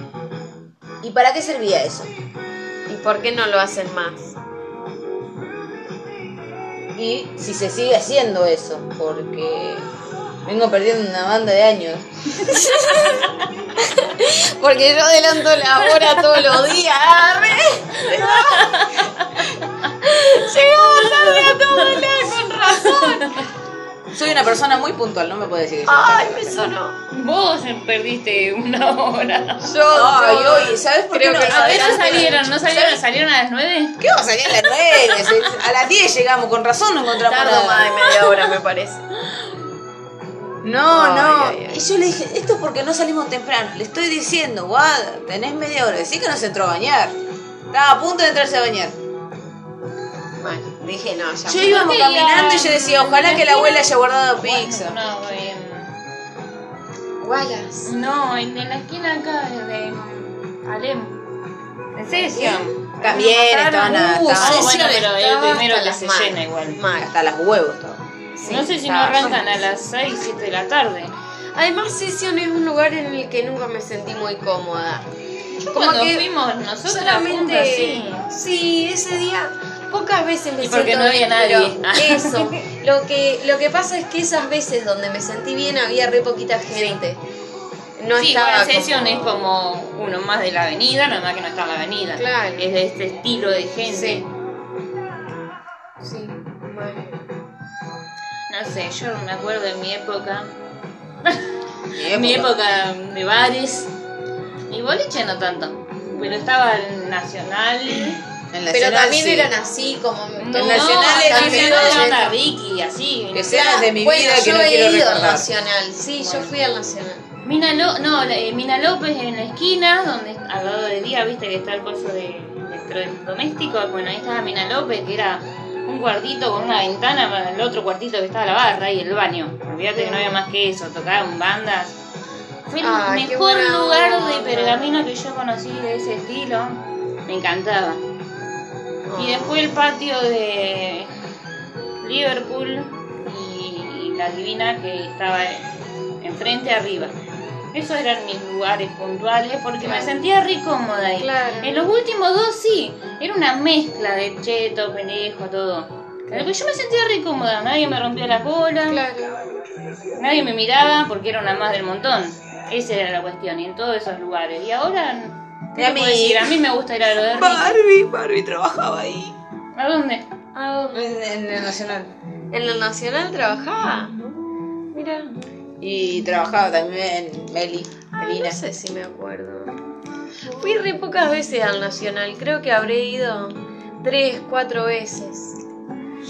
Speaker 3: ¿Y para qué servía eso?
Speaker 4: ¿Y por qué no lo hacen más?
Speaker 3: Y si se sigue haciendo eso, porque vengo perdiendo una banda de años.
Speaker 4: Porque yo adelanto la hora todos los días. Arre. Llegamos tarde a todos lados, con razón.
Speaker 3: Soy una persona muy puntual, no me puede decir que yo-
Speaker 4: Ay, me sonó.
Speaker 2: Vos perdiste una hora.
Speaker 4: Yo,
Speaker 3: Ay,
Speaker 4: yo-
Speaker 3: oye, ¿sabes por qué
Speaker 4: creo
Speaker 3: no?
Speaker 4: que
Speaker 3: A
Speaker 4: lo
Speaker 3: ver,
Speaker 2: Apenas
Speaker 4: adelanto.
Speaker 2: salieron, ¿no salieron? ¿Salieron a las nueve?
Speaker 3: ¿Qué vamos a salir a las 9? A las 10 llegamos, con razón no encontramos
Speaker 4: Tardo
Speaker 3: nada.
Speaker 4: más de media hora, me parece.
Speaker 3: No, no.
Speaker 4: Ay, ay, ay.
Speaker 3: Y yo le dije, esto es porque no salimos temprano. Le estoy diciendo, Guada, tenés media hora. Decí que no se entró a bañar. Estaba a punto de entrarse a bañar.
Speaker 4: Bueno, dije no, ya.
Speaker 3: Yo íbamos
Speaker 2: que la-
Speaker 3: caminando y yo decía, ojalá
Speaker 2: la
Speaker 3: que la abuela
Speaker 2: esquina-
Speaker 3: haya guardado pizza.
Speaker 2: Bueno, no, eh,
Speaker 4: Wallace.
Speaker 2: no, en en la esquina acá de mm, Alem. De Sesión.
Speaker 3: También estaban a-
Speaker 4: Uh,
Speaker 3: estaban
Speaker 2: Ah,
Speaker 4: Sesión
Speaker 2: bueno, pero el
Speaker 4: estaba
Speaker 2: primero
Speaker 4: hasta
Speaker 2: que
Speaker 4: las
Speaker 2: se
Speaker 4: manos.
Speaker 2: llena igual.
Speaker 4: Mal.
Speaker 3: Ah, hasta las huevos. estaban.
Speaker 4: Sí,
Speaker 2: no sé si no
Speaker 4: estaba-
Speaker 2: arrancan a las 6, 7 de la tarde.
Speaker 4: Además, Sesión es un lugar en el que nunca me sentí muy cómoda. Como
Speaker 2: Cuando
Speaker 4: que
Speaker 2: fuimos nosotros
Speaker 4: solamente.
Speaker 2: sí.
Speaker 4: Sí, ese día pocas veces me
Speaker 2: Y porque
Speaker 4: siento
Speaker 2: no
Speaker 4: bien,
Speaker 2: había nadie. Ah.
Speaker 4: pero Eso. Lo que, lo que pasa es que esas veces donde me sentí bien había re poquita gente. No
Speaker 2: sí,
Speaker 4: estaba.
Speaker 2: bueno, Sesión
Speaker 4: como-
Speaker 2: es como uno más de la avenida, nada más que no está en la avenida.
Speaker 4: Claro.
Speaker 2: Es de este estilo de gente.
Speaker 4: Sí. Sí, mal.
Speaker 2: No sé, yo me acuerdo de mi época.
Speaker 3: Mi
Speaker 2: Mi
Speaker 3: época.
Speaker 2: época de bares. Y boliche no tanto. Pero estaba el Nacional.
Speaker 3: En la
Speaker 4: Pero
Speaker 3: ciudad,
Speaker 4: también
Speaker 3: sí.
Speaker 4: eran así como.
Speaker 2: No,
Speaker 3: Nacional era
Speaker 2: el
Speaker 3: también
Speaker 2: Nacional
Speaker 3: lleno.
Speaker 2: onda Vicky, así.
Speaker 3: Que sean de mi
Speaker 4: bueno,
Speaker 3: vida
Speaker 4: yo
Speaker 3: que no
Speaker 4: he
Speaker 3: quiero
Speaker 4: ido al
Speaker 3: recordar.
Speaker 4: Nacional, sí, yo fui al Nacional.
Speaker 2: Mina, Lo- no, la- eh, Mina López en la esquina, donde al lado de día, viste que está el coso de electrodomésticos. Bueno, ahí estaba Mina López, que era un cuartito con una ventana para el otro cuartito que estaba la barra y el baño. Olvídate que no había más que eso, tocaban bandas. Fue el
Speaker 4: Ay, qué
Speaker 2: mejor
Speaker 4: buena
Speaker 2: lugar
Speaker 4: onda.
Speaker 2: de pergamino que yo conocí de ese estilo. Me encantaba. Y después el patio de Liverpool y, y la divina que estaba enfrente arriba. Esos eran mis lugares puntuales porque me
Speaker 4: Claro.
Speaker 2: sentía re cómoda ahí.
Speaker 4: Claro.
Speaker 2: En los últimos dos sí, era una mezcla de cheto, pendejo, todo. Pero que yo me sentía re cómoda, nadie me rompía las bolas,
Speaker 4: Claro.
Speaker 2: nadie me miraba porque era una más del montón. Esa era la cuestión, y en todos esos lugares. Y ahora, ¿qué
Speaker 3: Y a
Speaker 2: te puedo
Speaker 3: mí-
Speaker 2: decir? A mí me gusta ir a lo de Ricky.
Speaker 3: Barbie, Barbie trabajaba ahí.
Speaker 2: ¿A dónde?
Speaker 1: ¿A dónde?
Speaker 4: En, en
Speaker 3: el
Speaker 4: el,
Speaker 3: Nacional.
Speaker 4: en el Nacional trabajaba. Mira.
Speaker 3: Y trabajaba también en Meli,
Speaker 4: Ah,
Speaker 3: Melina.
Speaker 4: no sé si me acuerdo. Fui re pocas veces al Nacional, creo que habré ido tres, cuatro veces.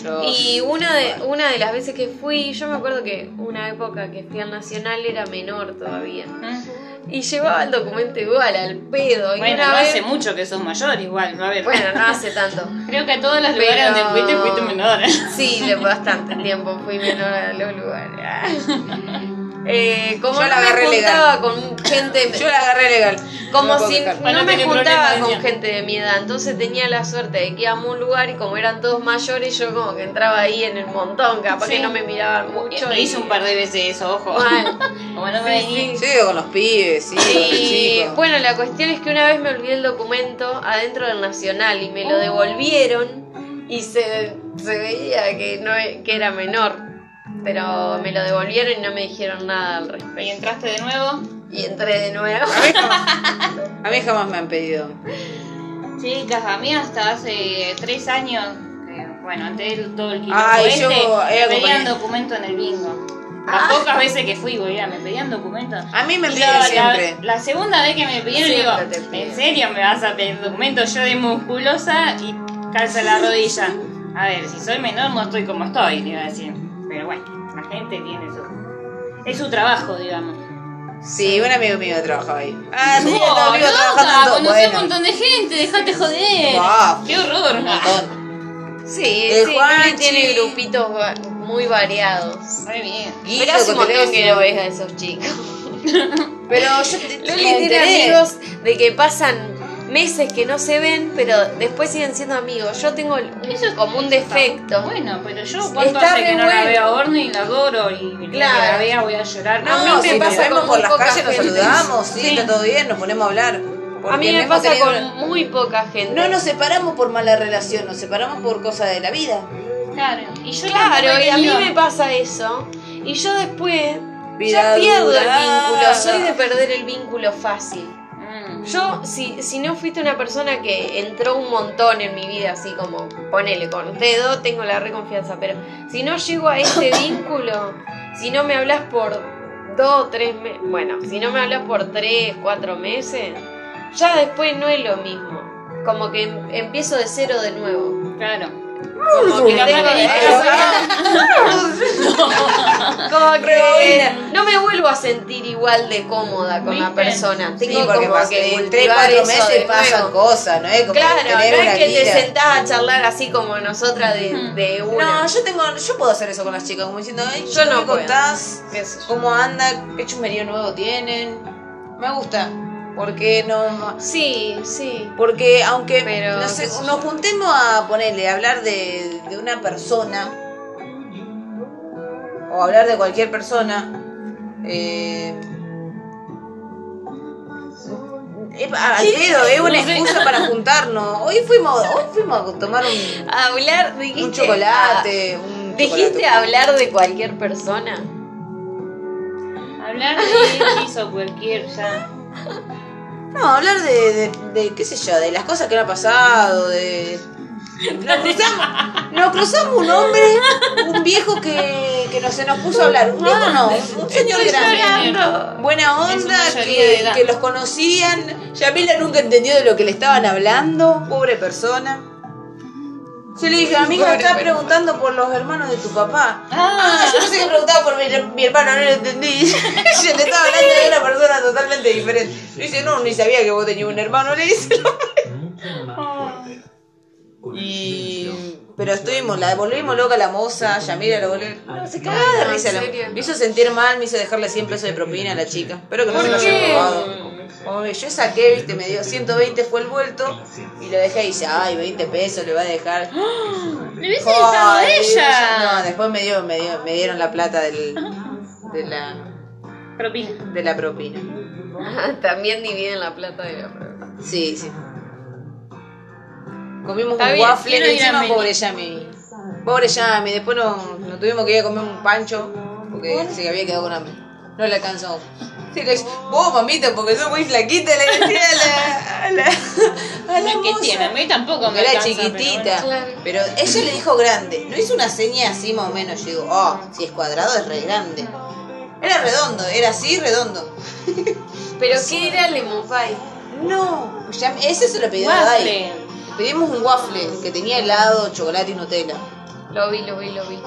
Speaker 2: Oh,
Speaker 3: Yo-
Speaker 4: Y una de, una de las veces que fui, yo me acuerdo que una época que fui al Nacional era menor todavía.
Speaker 2: ¿Mm?
Speaker 4: Y llevaba el documento igual, al pedo. Y
Speaker 2: Bueno,
Speaker 4: una
Speaker 2: no
Speaker 4: vez-
Speaker 2: hace mucho que sos mayor igual, a ver.
Speaker 4: Bueno, no hace tanto.
Speaker 2: Creo que a todos los lugares
Speaker 4: Pero-
Speaker 2: donde fuiste, fuiste menor.
Speaker 4: Sí, de bastante tiempo fui menor a los lugares. Ah. Eh, como
Speaker 3: Yo la
Speaker 4: no me
Speaker 3: agarré
Speaker 4: juntaba con gente...
Speaker 3: Yo la agarré legal.
Speaker 4: Como
Speaker 3: No puedo
Speaker 4: si
Speaker 3: quejar.
Speaker 2: Para
Speaker 4: no
Speaker 2: no
Speaker 4: me
Speaker 2: tener
Speaker 4: juntaba
Speaker 2: problemas,
Speaker 4: con
Speaker 2: decía.
Speaker 4: gente de mi edad, entonces tenía la suerte de que íbamos a un lugar y como eran todos mayores, yo como que entraba ahí en el montón, capaz
Speaker 2: Sí.
Speaker 4: que no me miraban mucho.
Speaker 2: Yo
Speaker 4: y-
Speaker 2: hice un par de veces eso, ojo.
Speaker 4: Mal.
Speaker 2: Como no me
Speaker 4: Sí,
Speaker 2: venís.
Speaker 4: sí.
Speaker 3: Yo digo con los pibes, sí, con los
Speaker 4: Y
Speaker 3: chicos.
Speaker 4: bueno, la cuestión es que una vez me olvidé el documento adentro del Nacional y me lo devolvieron y se, se veía que, no, e- que era menor, pero me lo devolvieron y no me dijeron nada al respecto.
Speaker 2: Y entraste de nuevo.
Speaker 4: Y entré de nuevo.
Speaker 3: A mí jamás me han pedido.
Speaker 2: Chicas, a mí hasta hace tres años, que, bueno, antes de todo el quilombo
Speaker 3: Ay,
Speaker 2: este,
Speaker 3: yo
Speaker 2: me
Speaker 3: era
Speaker 2: pedían
Speaker 3: compañera.
Speaker 2: documento en el bingo. Las pocas veces que fui, boludo, me pedían documento.
Speaker 3: Ah. A mí me
Speaker 2: Y
Speaker 3: piden
Speaker 2: la- la-
Speaker 3: siempre.
Speaker 2: La, segunda vez que me pidieron,
Speaker 4: Siempre te
Speaker 2: digo,
Speaker 4: piden.
Speaker 2: ¿en serio me vas a pedir documento? Yo de musculosa y calza la rodilla. A ver, si soy menor no estoy como estoy, le iba a decir. Pero bueno, la gente tiene su... Es su trabajo, digamos.
Speaker 3: Sí, un amigo mío trabajaba ahí. Ah, tenía
Speaker 2: No,
Speaker 3: dos amigos
Speaker 2: loca,
Speaker 3: trabajando en todo.
Speaker 2: conocí un
Speaker 3: Bueno,
Speaker 2: montón de gente, dejate joder.
Speaker 3: Ah,
Speaker 2: ¡Qué horror!
Speaker 3: un montón.
Speaker 4: Sí,
Speaker 3: El
Speaker 4: sí,
Speaker 3: Juanchi.
Speaker 4: Juli tiene grupitos va- muy variados.
Speaker 2: Muy bien.
Speaker 3: Guido,
Speaker 4: Pero hace un montón
Speaker 3: Cotelesi.
Speaker 4: que no ves a esos chicos.
Speaker 3: Pero yo te-
Speaker 4: Luli
Speaker 3: me
Speaker 4: tiene
Speaker 3: enteré.
Speaker 4: amigos de que pasan meses que no se ven, pero después siguen siendo amigos. Yo tengo un- como un defecto.
Speaker 2: Bueno, pero yo cuánto
Speaker 4: Está
Speaker 2: hace
Speaker 4: re
Speaker 2: que no la
Speaker 4: bueno.
Speaker 2: veo a Horno y la adoro y el día que la
Speaker 4: Claro.
Speaker 2: vea voy a llorar.
Speaker 3: No,
Speaker 4: A mí me
Speaker 3: si
Speaker 4: pasa
Speaker 3: pasamos
Speaker 4: con
Speaker 3: por
Speaker 4: muy
Speaker 3: las
Speaker 4: poca
Speaker 3: calles nos
Speaker 4: gente.
Speaker 3: saludamos, sí,
Speaker 2: Sí.
Speaker 3: está todo bien, nos ponemos a hablar.
Speaker 4: a mí
Speaker 3: Porque no
Speaker 4: me
Speaker 3: hemos
Speaker 4: pasa
Speaker 3: tenido-
Speaker 4: con muy poca gente.
Speaker 3: No nos separamos por mala relación, nos separamos por cosas de la vida.
Speaker 2: Claro, y yo
Speaker 4: Claro,
Speaker 2: tampoco he
Speaker 4: y a mí
Speaker 2: tenido-
Speaker 4: me pasa eso. Y yo después
Speaker 3: Vida
Speaker 4: ya pierdo el
Speaker 3: dura.
Speaker 4: vínculo. Soy de perder el vínculo fácil.
Speaker 2: Mm.
Speaker 4: Yo, si, si no fuiste una persona que entró un montón en mi vida, así como ponele con dedo, tengo la reconfianza, pero si no llego a este vínculo, si no me hablas por dos, tres meses, bueno, si no me hablas por tres, cuatro meses, ya después no es lo mismo. Como que em- empiezo de cero de nuevo.
Speaker 2: Claro.
Speaker 4: Como que,
Speaker 2: Tengo-
Speaker 4: tengo- "Ah, como que no me vuelvo a sentir igual de cómoda con la
Speaker 2: ¿Viste?
Speaker 4: persona.
Speaker 3: Sí,
Speaker 4: Tengo
Speaker 3: porque
Speaker 4: como
Speaker 3: pasa-
Speaker 4: que
Speaker 3: en tres,
Speaker 4: cultivar
Speaker 3: cuatro
Speaker 4: eso de
Speaker 3: meses pasan
Speaker 4: nuevo.
Speaker 3: cosas, ¿no? Es como
Speaker 4: Claro, no
Speaker 3: tener una
Speaker 4: es que
Speaker 3: vida.
Speaker 4: te sentás a charlar así como nosotras de, de una.
Speaker 3: No, yo tengo, yo puedo hacer eso con las chicas, como diciendo, ay,
Speaker 4: Yo
Speaker 3: yo
Speaker 4: no
Speaker 3: no me
Speaker 4: puedo.
Speaker 3: contás
Speaker 4: Qué sé yo.
Speaker 3: cómo anda, qué chumerío nuevo tienen. Me gusta, porque no,
Speaker 4: Sí, sí.
Speaker 3: porque aunque
Speaker 4: Pero,
Speaker 3: no
Speaker 4: qué
Speaker 3: sé,
Speaker 4: sé
Speaker 3: nos
Speaker 4: yo.
Speaker 3: juntemos a ponerle, a hablar de, de una persona o hablar de cualquier persona, eh, es a- al pedo, es una excusa para juntarnos. Hoy fuimos, hoy fuimos a tomar un,
Speaker 4: Hablar, dijiste.
Speaker 3: un chocolate, un
Speaker 4: ah, dijiste
Speaker 3: chocolate.
Speaker 4: hablar de cualquier persona.
Speaker 2: Hablar de X o cualquier ya.
Speaker 3: No, hablar de, de, de, qué sé yo, de las cosas que no ha pasado, de... Nos cruzamos, nos cruzamos un hombre, un viejo que, que no se nos puso a hablar. Un viejo no,
Speaker 2: Ah,
Speaker 3: un, un señor grande. Buena
Speaker 2: En su
Speaker 3: onda,
Speaker 2: mayoría de
Speaker 3: que,
Speaker 2: edad.
Speaker 3: que los conocían. Yamila nunca entendió de lo que le estaban hablando, pobre persona. Yo le dije, amiga, estaba preguntando por los hermanos de tu papá. Ah, yo pensé que preguntaba por mi, mi hermano, no lo entendí. yo le estaba hablando de una persona totalmente diferente. Le dice, no, ni sabía que vos tenías un hermano, le dice.
Speaker 2: Ah.
Speaker 3: Y... Pero estuvimos, la volvimos loca la moza, Yamila la volvió... No, se cagaba de
Speaker 4: No, Ah, en
Speaker 3: risa. la-
Speaker 4: serio.
Speaker 3: Me hizo sentir mal, me hizo dejarle 100 pesos de propina a la chica. Espero que no se lo haya robado. Como que yo saqué, viste, me dio 120, fue el vuelto. Y lo dejé y dice, ay, 20 pesos le va a dejar.
Speaker 2: ¡Le hubiese dejado a
Speaker 3: Joder, No,
Speaker 2: ella!
Speaker 3: después me, dio, me, dio- me dieron la plata del, de, la,
Speaker 2: Propina.
Speaker 3: de la propina. Ah,
Speaker 4: También dividen la plata de la
Speaker 3: Sí, sí. Comimos
Speaker 4: Está
Speaker 3: un
Speaker 4: bien,
Speaker 3: waffle
Speaker 2: quiero ir a
Speaker 3: encima,
Speaker 2: Meli.
Speaker 3: pobre Yami. Pobre Yami, después nos, nos tuvimos que ir a comer un pancho porque se había quedado con hambre. No le alcanzó. Se le- Vos, mamita, porque soy muy flaquita, le decía a la. A la, a la
Speaker 2: ¿Qué
Speaker 3: moza.
Speaker 2: tiene? A mí tampoco me
Speaker 3: Porque era
Speaker 2: alcanza, pero
Speaker 3: chiquitita.
Speaker 2: bueno.
Speaker 4: bueno.
Speaker 3: Pero ella le dijo grande. No hizo una seña así más o menos. Yo digo, oh, si es cuadrado es re grande. Era redondo, era así redondo.
Speaker 4: Pero ¿qué era el lemon pie?
Speaker 3: No, ya- ese se lo pidió a Dai.
Speaker 2: Waffle.
Speaker 3: Pedimos un waffle que tenía helado, chocolate y Nutella.
Speaker 4: Lo vi, lo vi, lo vi.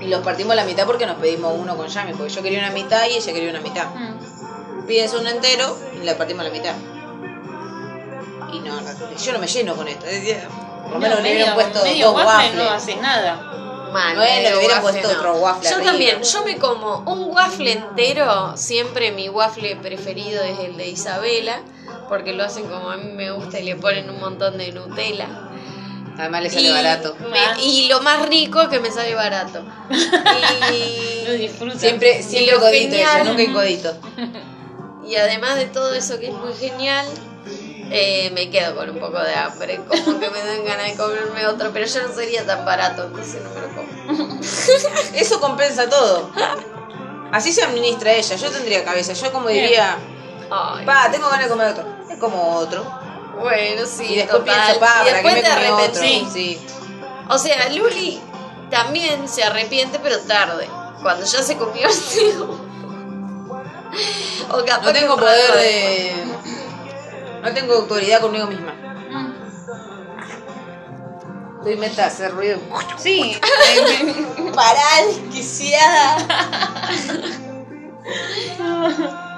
Speaker 3: Y los partimos a la mitad porque nos pedimos uno con Yami, porque yo quería una mitad y ella quería una mitad.
Speaker 2: Mm.
Speaker 3: Pides uno entero y la partimos a la mitad. Y no, no, yo no me lleno con esto. decía, Por lo menos
Speaker 2: No,
Speaker 3: le hubieran
Speaker 2: medio-
Speaker 3: puesto
Speaker 2: medio
Speaker 3: dos
Speaker 2: waffle
Speaker 3: waffles.
Speaker 2: no haces nada.
Speaker 4: Mal,
Speaker 3: Bueno,
Speaker 4: medio
Speaker 3: le hubieran
Speaker 4: waffle,
Speaker 3: puesto otro waffle
Speaker 4: Yo
Speaker 3: arriba.
Speaker 4: también, yo me como un waffle entero, siempre mi waffle preferido es el de Isabela, porque lo hacen como a mí me gusta y le ponen un montón de Nutella.
Speaker 3: Además le sale barato.
Speaker 4: me- y lo más rico que me sale barato.
Speaker 2: Lo
Speaker 4: Y,
Speaker 2: disfrutas.
Speaker 3: Siempre, siempre
Speaker 4: lo
Speaker 3: codito,
Speaker 4: genial-
Speaker 3: eso, nunca hay codito.
Speaker 4: y además de todo eso que es muy genial, eh, me quedo con un poco de hambre, como que me dan ganas de comerme otro, pero ya no sería tan barato, entonces no me lo como.
Speaker 3: Eso compensa todo. Así se administra ella. Yo tendría cabeza. Yo como diría,
Speaker 4: Ay.
Speaker 3: pa, tengo ganas de comer otro. Es como otro.
Speaker 4: Bueno, sí,
Speaker 3: y después
Speaker 4: total.
Speaker 3: pienso, pa,
Speaker 4: Y
Speaker 3: ¿para qué
Speaker 4: después
Speaker 3: me
Speaker 4: te
Speaker 3: comí otro?
Speaker 4: arrepentís.
Speaker 3: Sí.
Speaker 4: O sea, Luli también se arrepiente, pero tarde. Cuando ya se comió el cebo. O capaz
Speaker 3: No
Speaker 4: que
Speaker 3: tengo
Speaker 4: un rato
Speaker 3: poder
Speaker 4: después.
Speaker 3: de... No tengo autoridad conmigo misma.
Speaker 2: Mm.
Speaker 3: Tú inventas hacer ruido.
Speaker 2: Sí.
Speaker 3: Pará, desquiciada.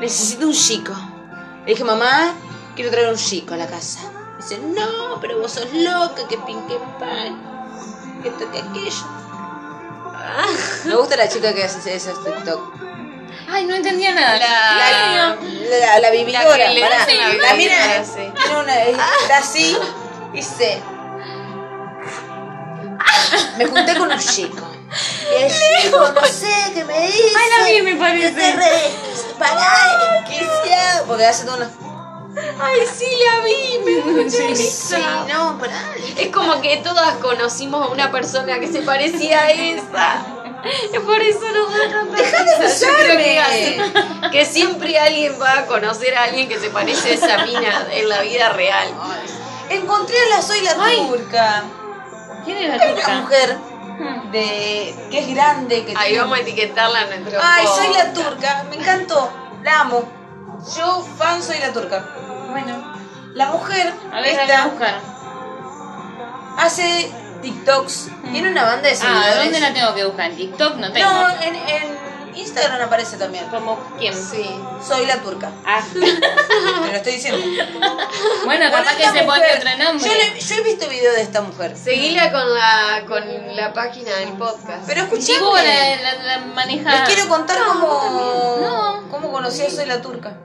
Speaker 3: Necesito un chico. Le dije, mamá, quiero traer un chico a la casa. Me dice, no, pero vos sos loca, que pin, que pan, que esto, que aquello. Ah. Me gusta la chica que hace esos TikTok.
Speaker 2: Ay, no entendía nada.
Speaker 3: La, la, la vividora,
Speaker 4: La que le
Speaker 3: pará.
Speaker 4: hace la
Speaker 3: La
Speaker 4: vividora,
Speaker 3: mina
Speaker 4: sí.
Speaker 3: tiene una, está así, dice... Me junté con un chico. Y el chico, no sé, que me dice...
Speaker 2: Ay, la vi, me
Speaker 3: Que
Speaker 2: parece.
Speaker 3: se este re... Pará, desquiciado. Porque hace todo una...
Speaker 4: Ay, sí, la vi, me dio mucha risa.
Speaker 3: no, pará.
Speaker 4: Es como que todas conocimos a una persona que se parecía a esa. Es por eso nos da tanta
Speaker 3: Dejá de
Speaker 4: risa. Yo creo
Speaker 3: usarme.
Speaker 4: que, hace- que siempre alguien va a conocer a alguien que se parece a esa mina en la vida real.
Speaker 3: Encontré a la Soy la Turca.
Speaker 2: ¿Quién era
Speaker 3: Hay
Speaker 2: la
Speaker 3: una
Speaker 2: turca? Hmm.
Speaker 3: mujer de que es grande, que
Speaker 4: Ahí
Speaker 3: tiene-
Speaker 4: vamos a etiquetarla a nuestro
Speaker 3: Ay, soy
Speaker 4: podcast.
Speaker 3: la turca, me encantó, la amo. Yo fan soy la turca.
Speaker 2: Bueno,
Speaker 3: La mujer
Speaker 2: a ver, dale a
Speaker 3: esta
Speaker 2: buscar.
Speaker 3: hace TikToks, tiene una banda de
Speaker 2: Hmm. Ah, ¿dónde
Speaker 3: seguidores.
Speaker 2: la tengo que buscar? ¿En TikTok? No tengo.
Speaker 3: no, en, en Instagram aparece también.
Speaker 2: ¿Como quién?
Speaker 4: Sí.
Speaker 3: Soy la turca,
Speaker 2: Ah.
Speaker 3: te lo estoy diciendo.
Speaker 2: Bueno,
Speaker 3: Bueno,
Speaker 2: capaz que
Speaker 3: esta
Speaker 2: se pone
Speaker 3: mujer,
Speaker 2: otro nombre.
Speaker 3: Yo, le- yo he visto videos de esta mujer.
Speaker 4: Seguila con la, con la página del podcast.
Speaker 3: Pero escuchame.
Speaker 2: Digo, la, la, la maneja.
Speaker 3: Les quiero contar cómo,
Speaker 2: Ah, No.
Speaker 3: cómo conocí a Soy la Turca.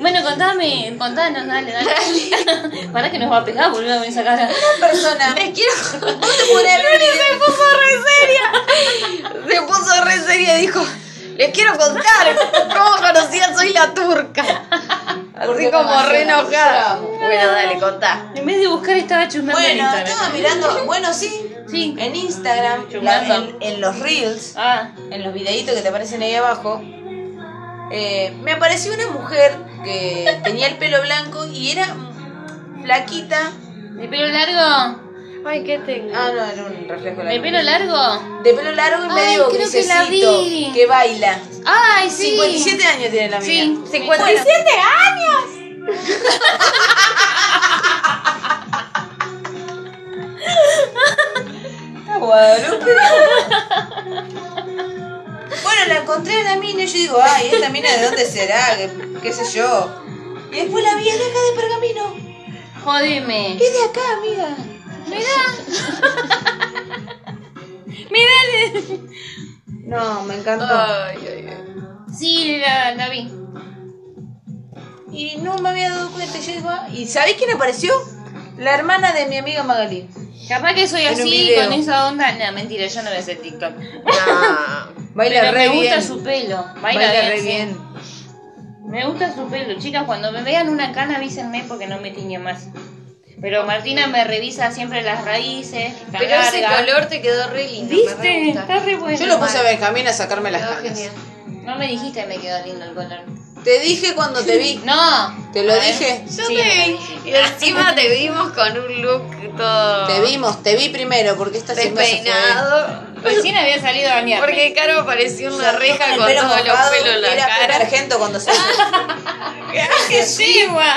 Speaker 2: Bueno, contame, contanos, dale, dale. Para que nos va a pegar, boludo, con esa cara.
Speaker 3: Una persona.
Speaker 4: Les quiero.
Speaker 3: ¿Cómo te podrás ver?
Speaker 4: se puso re seria. Se puso re seria y dijo: Les quiero contar cómo conocí a Soy la Turca. Así
Speaker 3: Porque
Speaker 4: como
Speaker 3: como
Speaker 4: re
Speaker 3: hacíamos,
Speaker 4: enojada.
Speaker 3: llorábamos.
Speaker 4: Bueno, dale, contá.
Speaker 2: En vez de buscar, estaba chusmeando en
Speaker 3: Bueno,
Speaker 2: Instagram.
Speaker 3: estaba mirando, bueno, sí,
Speaker 2: Sí.
Speaker 3: en Instagram, la- en, en los reels,
Speaker 2: Ah,
Speaker 3: en los videitos que te aparecen ahí abajo, eh, me apareció una mujer que tenía el pelo blanco y era flaquita.
Speaker 2: ¿de pelo largo?
Speaker 4: Ay, ¿qué tengo?
Speaker 3: Ah, no, era un reflejo de la
Speaker 2: ¿De
Speaker 3: luna.
Speaker 2: pelo largo?
Speaker 3: De pelo largo y
Speaker 2: Ay,
Speaker 3: medio
Speaker 2: creo que la
Speaker 3: grisecito,
Speaker 2: vi.
Speaker 3: que baila.
Speaker 2: ¡Ay, sí!
Speaker 3: 57 años tiene la mía.
Speaker 2: Sí,
Speaker 4: 57 años.
Speaker 3: Ah, Guadalupe. bueno, la encontré a la mina y yo digo, ay, ¿esta mina de dónde será? ¿Qué, qué sé yo? Y después la vi, es de acá de Pergamino.
Speaker 2: Jodeme.
Speaker 3: Es de acá, amiga.
Speaker 2: ¡Mirale!
Speaker 3: No, me encantó.
Speaker 4: Ay, ay, ay.
Speaker 2: Sí, la, la vi.
Speaker 3: Y no me había dado cuenta. y Yo digo, ah, ¿y sabés quién apareció? La hermana de mi amiga Magali.
Speaker 2: Capaz que soy
Speaker 3: En un
Speaker 2: así,
Speaker 3: video.
Speaker 2: con esa onda. No, mentira, yo no voy a hacer TikTok.
Speaker 4: Ah.
Speaker 3: Baila
Speaker 2: Pero me
Speaker 3: re
Speaker 2: gusta
Speaker 3: bien.
Speaker 2: su pelo. Baila,
Speaker 3: Baila
Speaker 2: bien,
Speaker 3: re
Speaker 2: sí.
Speaker 3: bien.
Speaker 2: Me gusta su pelo. Chicas, cuando me vean una cana, avísenme porque no me tiñe más. Pero Martina me revisa siempre las raíces. que está
Speaker 4: Pero ese
Speaker 2: larga.
Speaker 4: color te quedó re lindo. me re
Speaker 2: ¿Viste?
Speaker 4: gusta.
Speaker 2: Está re bueno.
Speaker 3: Yo lo puse a Benjamín a sacarme las
Speaker 4: Quedó
Speaker 3: canas.
Speaker 4: genial.
Speaker 2: No me dijiste que me quedó lindo el color.
Speaker 3: Te dije cuando te vi.
Speaker 2: No.
Speaker 3: Te lo
Speaker 2: A ver.
Speaker 3: dije.
Speaker 4: Yo
Speaker 2: Sí,
Speaker 4: te
Speaker 2: me
Speaker 4: vi. Y encima te vimos con un look todo
Speaker 3: Te vimos, te vi primero porque esta siempre se fue. Pues
Speaker 4: despeinado.
Speaker 2: Recién había salido a bañarme.
Speaker 4: Porque Caro apareció en la reja
Speaker 3: el
Speaker 4: con
Speaker 3: pelo
Speaker 4: todos los
Speaker 3: mojado,
Speaker 4: pelos en la
Speaker 3: era Pepe
Speaker 4: cara.
Speaker 3: Argento cuando se
Speaker 2: ¡Qué antigua!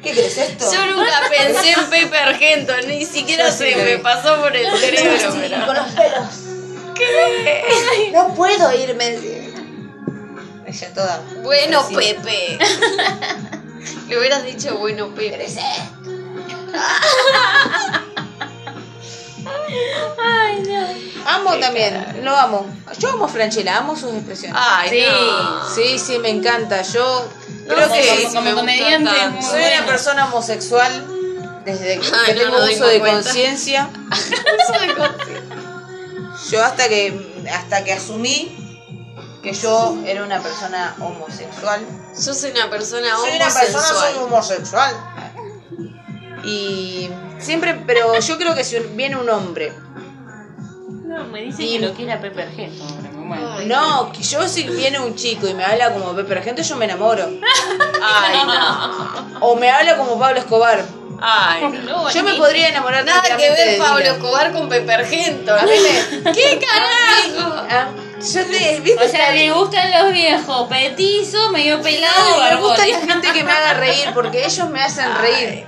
Speaker 3: ¿Qué crees esto?
Speaker 4: Yo nunca pensé en Pepe Argento, ni siquiera
Speaker 3: Yo sí
Speaker 4: se
Speaker 3: lo
Speaker 4: me
Speaker 3: vi.
Speaker 4: pasó por el cerebro.
Speaker 3: Sí,
Speaker 4: pero-
Speaker 3: con los pelos. No puedo irme. decía. Ella toda.
Speaker 4: Bueno,
Speaker 3: Sí.
Speaker 4: Pepe. Le hubieras dicho bueno, Pepe.
Speaker 3: "Crece".
Speaker 2: Ay, no.
Speaker 3: Amo también, lo amo. Yo amo a Franchella, amo sus expresiones.
Speaker 4: Ay,
Speaker 2: Sí.
Speaker 4: no.
Speaker 3: Sí, sí, me encanta. Yo creo
Speaker 4: No
Speaker 3: que
Speaker 4: sé
Speaker 2: como-
Speaker 4: si
Speaker 2: como
Speaker 4: me gusta
Speaker 2: comediante es
Speaker 4: tanto.
Speaker 2: muy
Speaker 3: soy una persona homosexual desde que
Speaker 4: Ay, no
Speaker 3: tengo
Speaker 4: nos dimos
Speaker 3: uso de
Speaker 4: cuenta.
Speaker 3: conciencia.
Speaker 4: Eso de con-
Speaker 3: Yo hasta que hasta que asumí que yo era una persona homosexual.
Speaker 4: Yo soy una persona
Speaker 3: Soy una persona soy
Speaker 4: homosexual.
Speaker 3: homosexual. Y siempre, pero yo creo que si viene un hombre
Speaker 2: No, me dice
Speaker 3: Y-
Speaker 2: que lo quiera Pepe Argento. hombre, me muero.
Speaker 4: Ay.
Speaker 3: No, que yo si viene un chico y me habla como Pepe Argento, yo me enamoro.
Speaker 4: Ay, no.
Speaker 3: O me habla como Pablo Escobar.
Speaker 4: Ay, no.
Speaker 2: No,
Speaker 3: Yo me
Speaker 2: ni-
Speaker 3: podría enamorar
Speaker 4: Nada que
Speaker 3: tranquilamente
Speaker 4: ver
Speaker 3: de
Speaker 4: Pablo
Speaker 3: Dylan.
Speaker 4: Escobar con Pepe Argento.
Speaker 3: A mí me-
Speaker 4: ¿Qué carajo?
Speaker 3: Ah, yo te, ¿viste?
Speaker 2: O sea, le gustan los viejos, petizo, medio pelado,
Speaker 3: me gusta
Speaker 2: barbón.
Speaker 3: la gente que me haga reír porque ellos me hacen reír.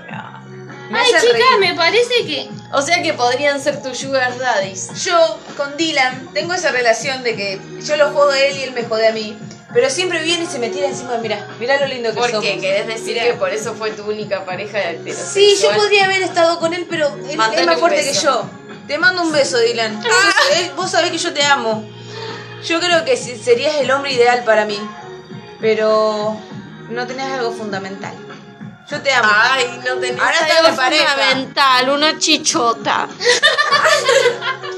Speaker 3: Me
Speaker 2: Ay,
Speaker 3: hacen
Speaker 2: chicas,
Speaker 3: reír.
Speaker 2: me parece que.
Speaker 4: O sea que podrían ser tus sugar daddies.
Speaker 3: Yo con Dylan tengo esa relación de que yo lo jodo a él y él me jode a mí. Pero siempre viene y se me tira encima. Mira, mira lo lindo que
Speaker 4: ¿Por
Speaker 3: somos.
Speaker 4: qué? ¿Querés decir que por eso fue tu única pareja de heterosexual?
Speaker 3: Sí, yo podría haber estado con él, pero él
Speaker 4: Mandale
Speaker 3: es más
Speaker 4: un
Speaker 3: fuerte que
Speaker 4: beso. Ah.
Speaker 3: yo. Te mando un beso, Dylan. Yo sé- él- vos sabés que yo te amo. Yo creo que si- serías el hombre ideal para mí. Pero no tenés algo fundamental. Yo te amo.
Speaker 4: Ay, no tenés
Speaker 3: Ahora está
Speaker 4: algo
Speaker 3: la pareja.
Speaker 4: fundamental, una chichota.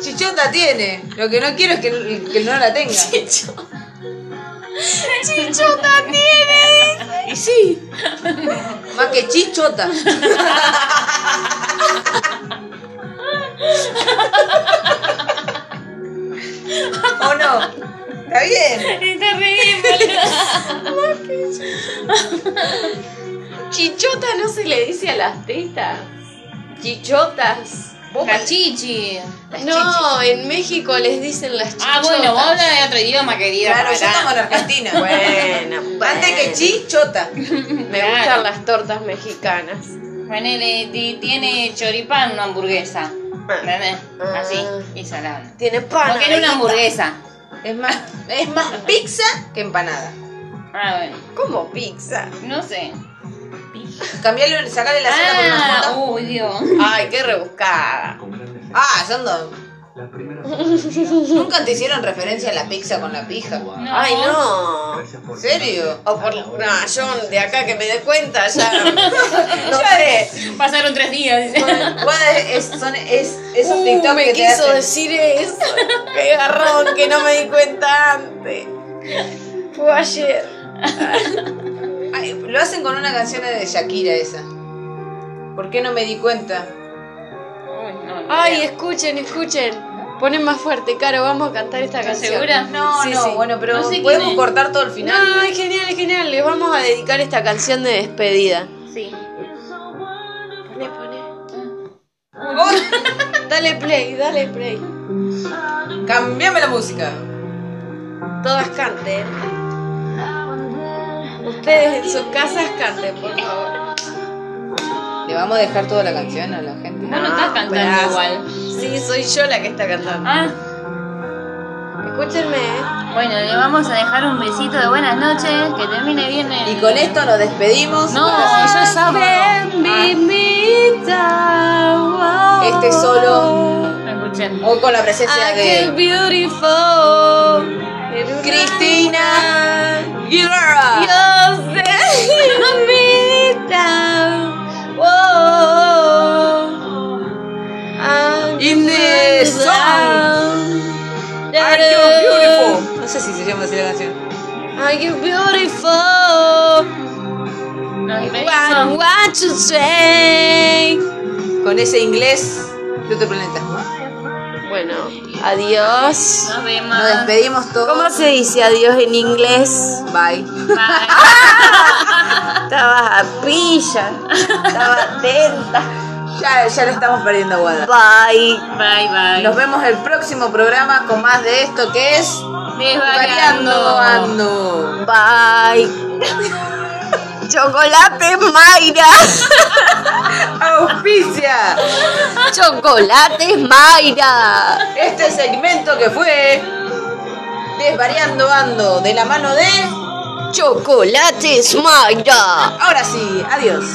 Speaker 3: Chichota tiene. Lo que no quiero es que, que no la tenga.
Speaker 4: Chichota. Chichota tiene.
Speaker 3: Y sí. Más que chichota. ¿O no? Está bien.
Speaker 2: Está re bien, boludo.
Speaker 4: Chichota no se le dice a las tetas. Chichotas.
Speaker 2: Cachichi.
Speaker 4: No, en México les dicen las chichotas.
Speaker 2: Ah, bueno, vos hablas de otro idioma, querida.
Speaker 3: Claro, yo estamos en Argentina.
Speaker 4: Bueno, bueno.
Speaker 3: Antes que chichota.
Speaker 4: Me gustan las tortas mexicanas.
Speaker 2: Ponele, ti- tiene choripán una hamburguesa. ¿Entendés?
Speaker 4: Ah.
Speaker 2: Así, y salada.
Speaker 4: Tiene pan.
Speaker 2: No quiere una hamburguesa.
Speaker 3: Es más, es más pizza que empanada.
Speaker 2: Ah, bueno.
Speaker 4: Como pizza.
Speaker 2: No sé.
Speaker 3: Cambiarle, sacarle la cena por unas
Speaker 2: Ah,
Speaker 3: tortas.
Speaker 2: uy, Dios.
Speaker 4: Ay, qué rebuscada.
Speaker 5: con gran defensa.
Speaker 3: Ah, son dos.
Speaker 5: Las primeras
Speaker 3: Nunca te hicieron referencia a la pizza con la pija.
Speaker 2: No.
Speaker 4: Ay, no.
Speaker 5: gracias
Speaker 3: ¿En
Speaker 5: por
Speaker 3: serio?
Speaker 4: O por no, yo de acá que me dé cuenta ya.
Speaker 3: No sé.
Speaker 2: Pasaron tres días.
Speaker 3: Bueno, es, son es- esos
Speaker 4: Uh,
Speaker 3: TikTok
Speaker 4: me
Speaker 3: que te
Speaker 4: quiso
Speaker 3: hacen.
Speaker 4: decir eso. Qué garrón, que no me di cuenta antes. Fue ayer.
Speaker 3: Ay, lo hacen con una canción de Shakira esa. ¿Por qué no me di cuenta?
Speaker 2: Uy, no, ni
Speaker 4: Ay,
Speaker 2: idea.
Speaker 4: escuchen, escuchen. Ponen más fuerte, Caro, vamos a cantar esta
Speaker 2: ¿Estás
Speaker 4: canción.
Speaker 2: segura?
Speaker 3: No,
Speaker 4: Sí,
Speaker 3: no,
Speaker 4: sí.
Speaker 3: bueno, pero
Speaker 2: No sé quién
Speaker 3: podemos
Speaker 2: es.
Speaker 3: cortar todo el final.
Speaker 4: No, es genial, es genial. Les vamos a dedicar esta canción de despedida.
Speaker 2: Sí.
Speaker 4: Poné, poné.
Speaker 3: Oh,
Speaker 4: Dale play, dale play.
Speaker 3: cambiame la música.
Speaker 4: Todas canten. Ustedes en sus casas canten, por favor.
Speaker 3: ¿Le vamos a dejar toda la canción a la gente?
Speaker 2: Vos no estás
Speaker 4: Ah,
Speaker 2: cantando
Speaker 4: pedazo.
Speaker 2: igual.
Speaker 4: Sí, soy yo la que está cantando.
Speaker 2: Ah,
Speaker 4: Escúchenme, ¿eh?
Speaker 2: bueno, le vamos a dejar un besito de buenas noches. Que termine bien el.
Speaker 3: Y con esto nos despedimos.
Speaker 2: No, eso es sábado.
Speaker 3: Ah. Este Oh, solo.
Speaker 2: No escuché.
Speaker 3: Hoy con la presencia
Speaker 4: Aquel
Speaker 3: de
Speaker 4: beautiful. en una
Speaker 3: Cristina Guerra.
Speaker 4: Yo sé mamita. Wow. I'm
Speaker 3: In the
Speaker 4: so down.
Speaker 3: Are you beautiful? No sé si se llama así la canción.
Speaker 4: Are you beautiful?
Speaker 2: Nos
Speaker 4: What,
Speaker 2: vemos.
Speaker 4: what to say? Ah.
Speaker 3: Con ese inglés de otro planeta.
Speaker 4: Bueno, adiós.
Speaker 2: Nos vemos.
Speaker 3: Nos despedimos todos.
Speaker 4: ¿Cómo se dice adiós en inglés?
Speaker 3: Bye. Ah.
Speaker 2: Bye.
Speaker 4: Estaba pilla, estaba atenta.
Speaker 3: Ya, ya le estamos perdiendo guada.
Speaker 4: Bye.
Speaker 2: Bye, bye.
Speaker 3: Nos vemos el próximo programa con más de esto que es
Speaker 2: Desvariando.
Speaker 3: Ando.
Speaker 4: Bye. Chocolate Mayra.
Speaker 3: Auspicia
Speaker 4: Chocolate Mayra.
Speaker 3: este segmento que fue Desvariando Ando de la mano de.
Speaker 4: Chocolates Mayra.
Speaker 3: Ahora sí, adiós.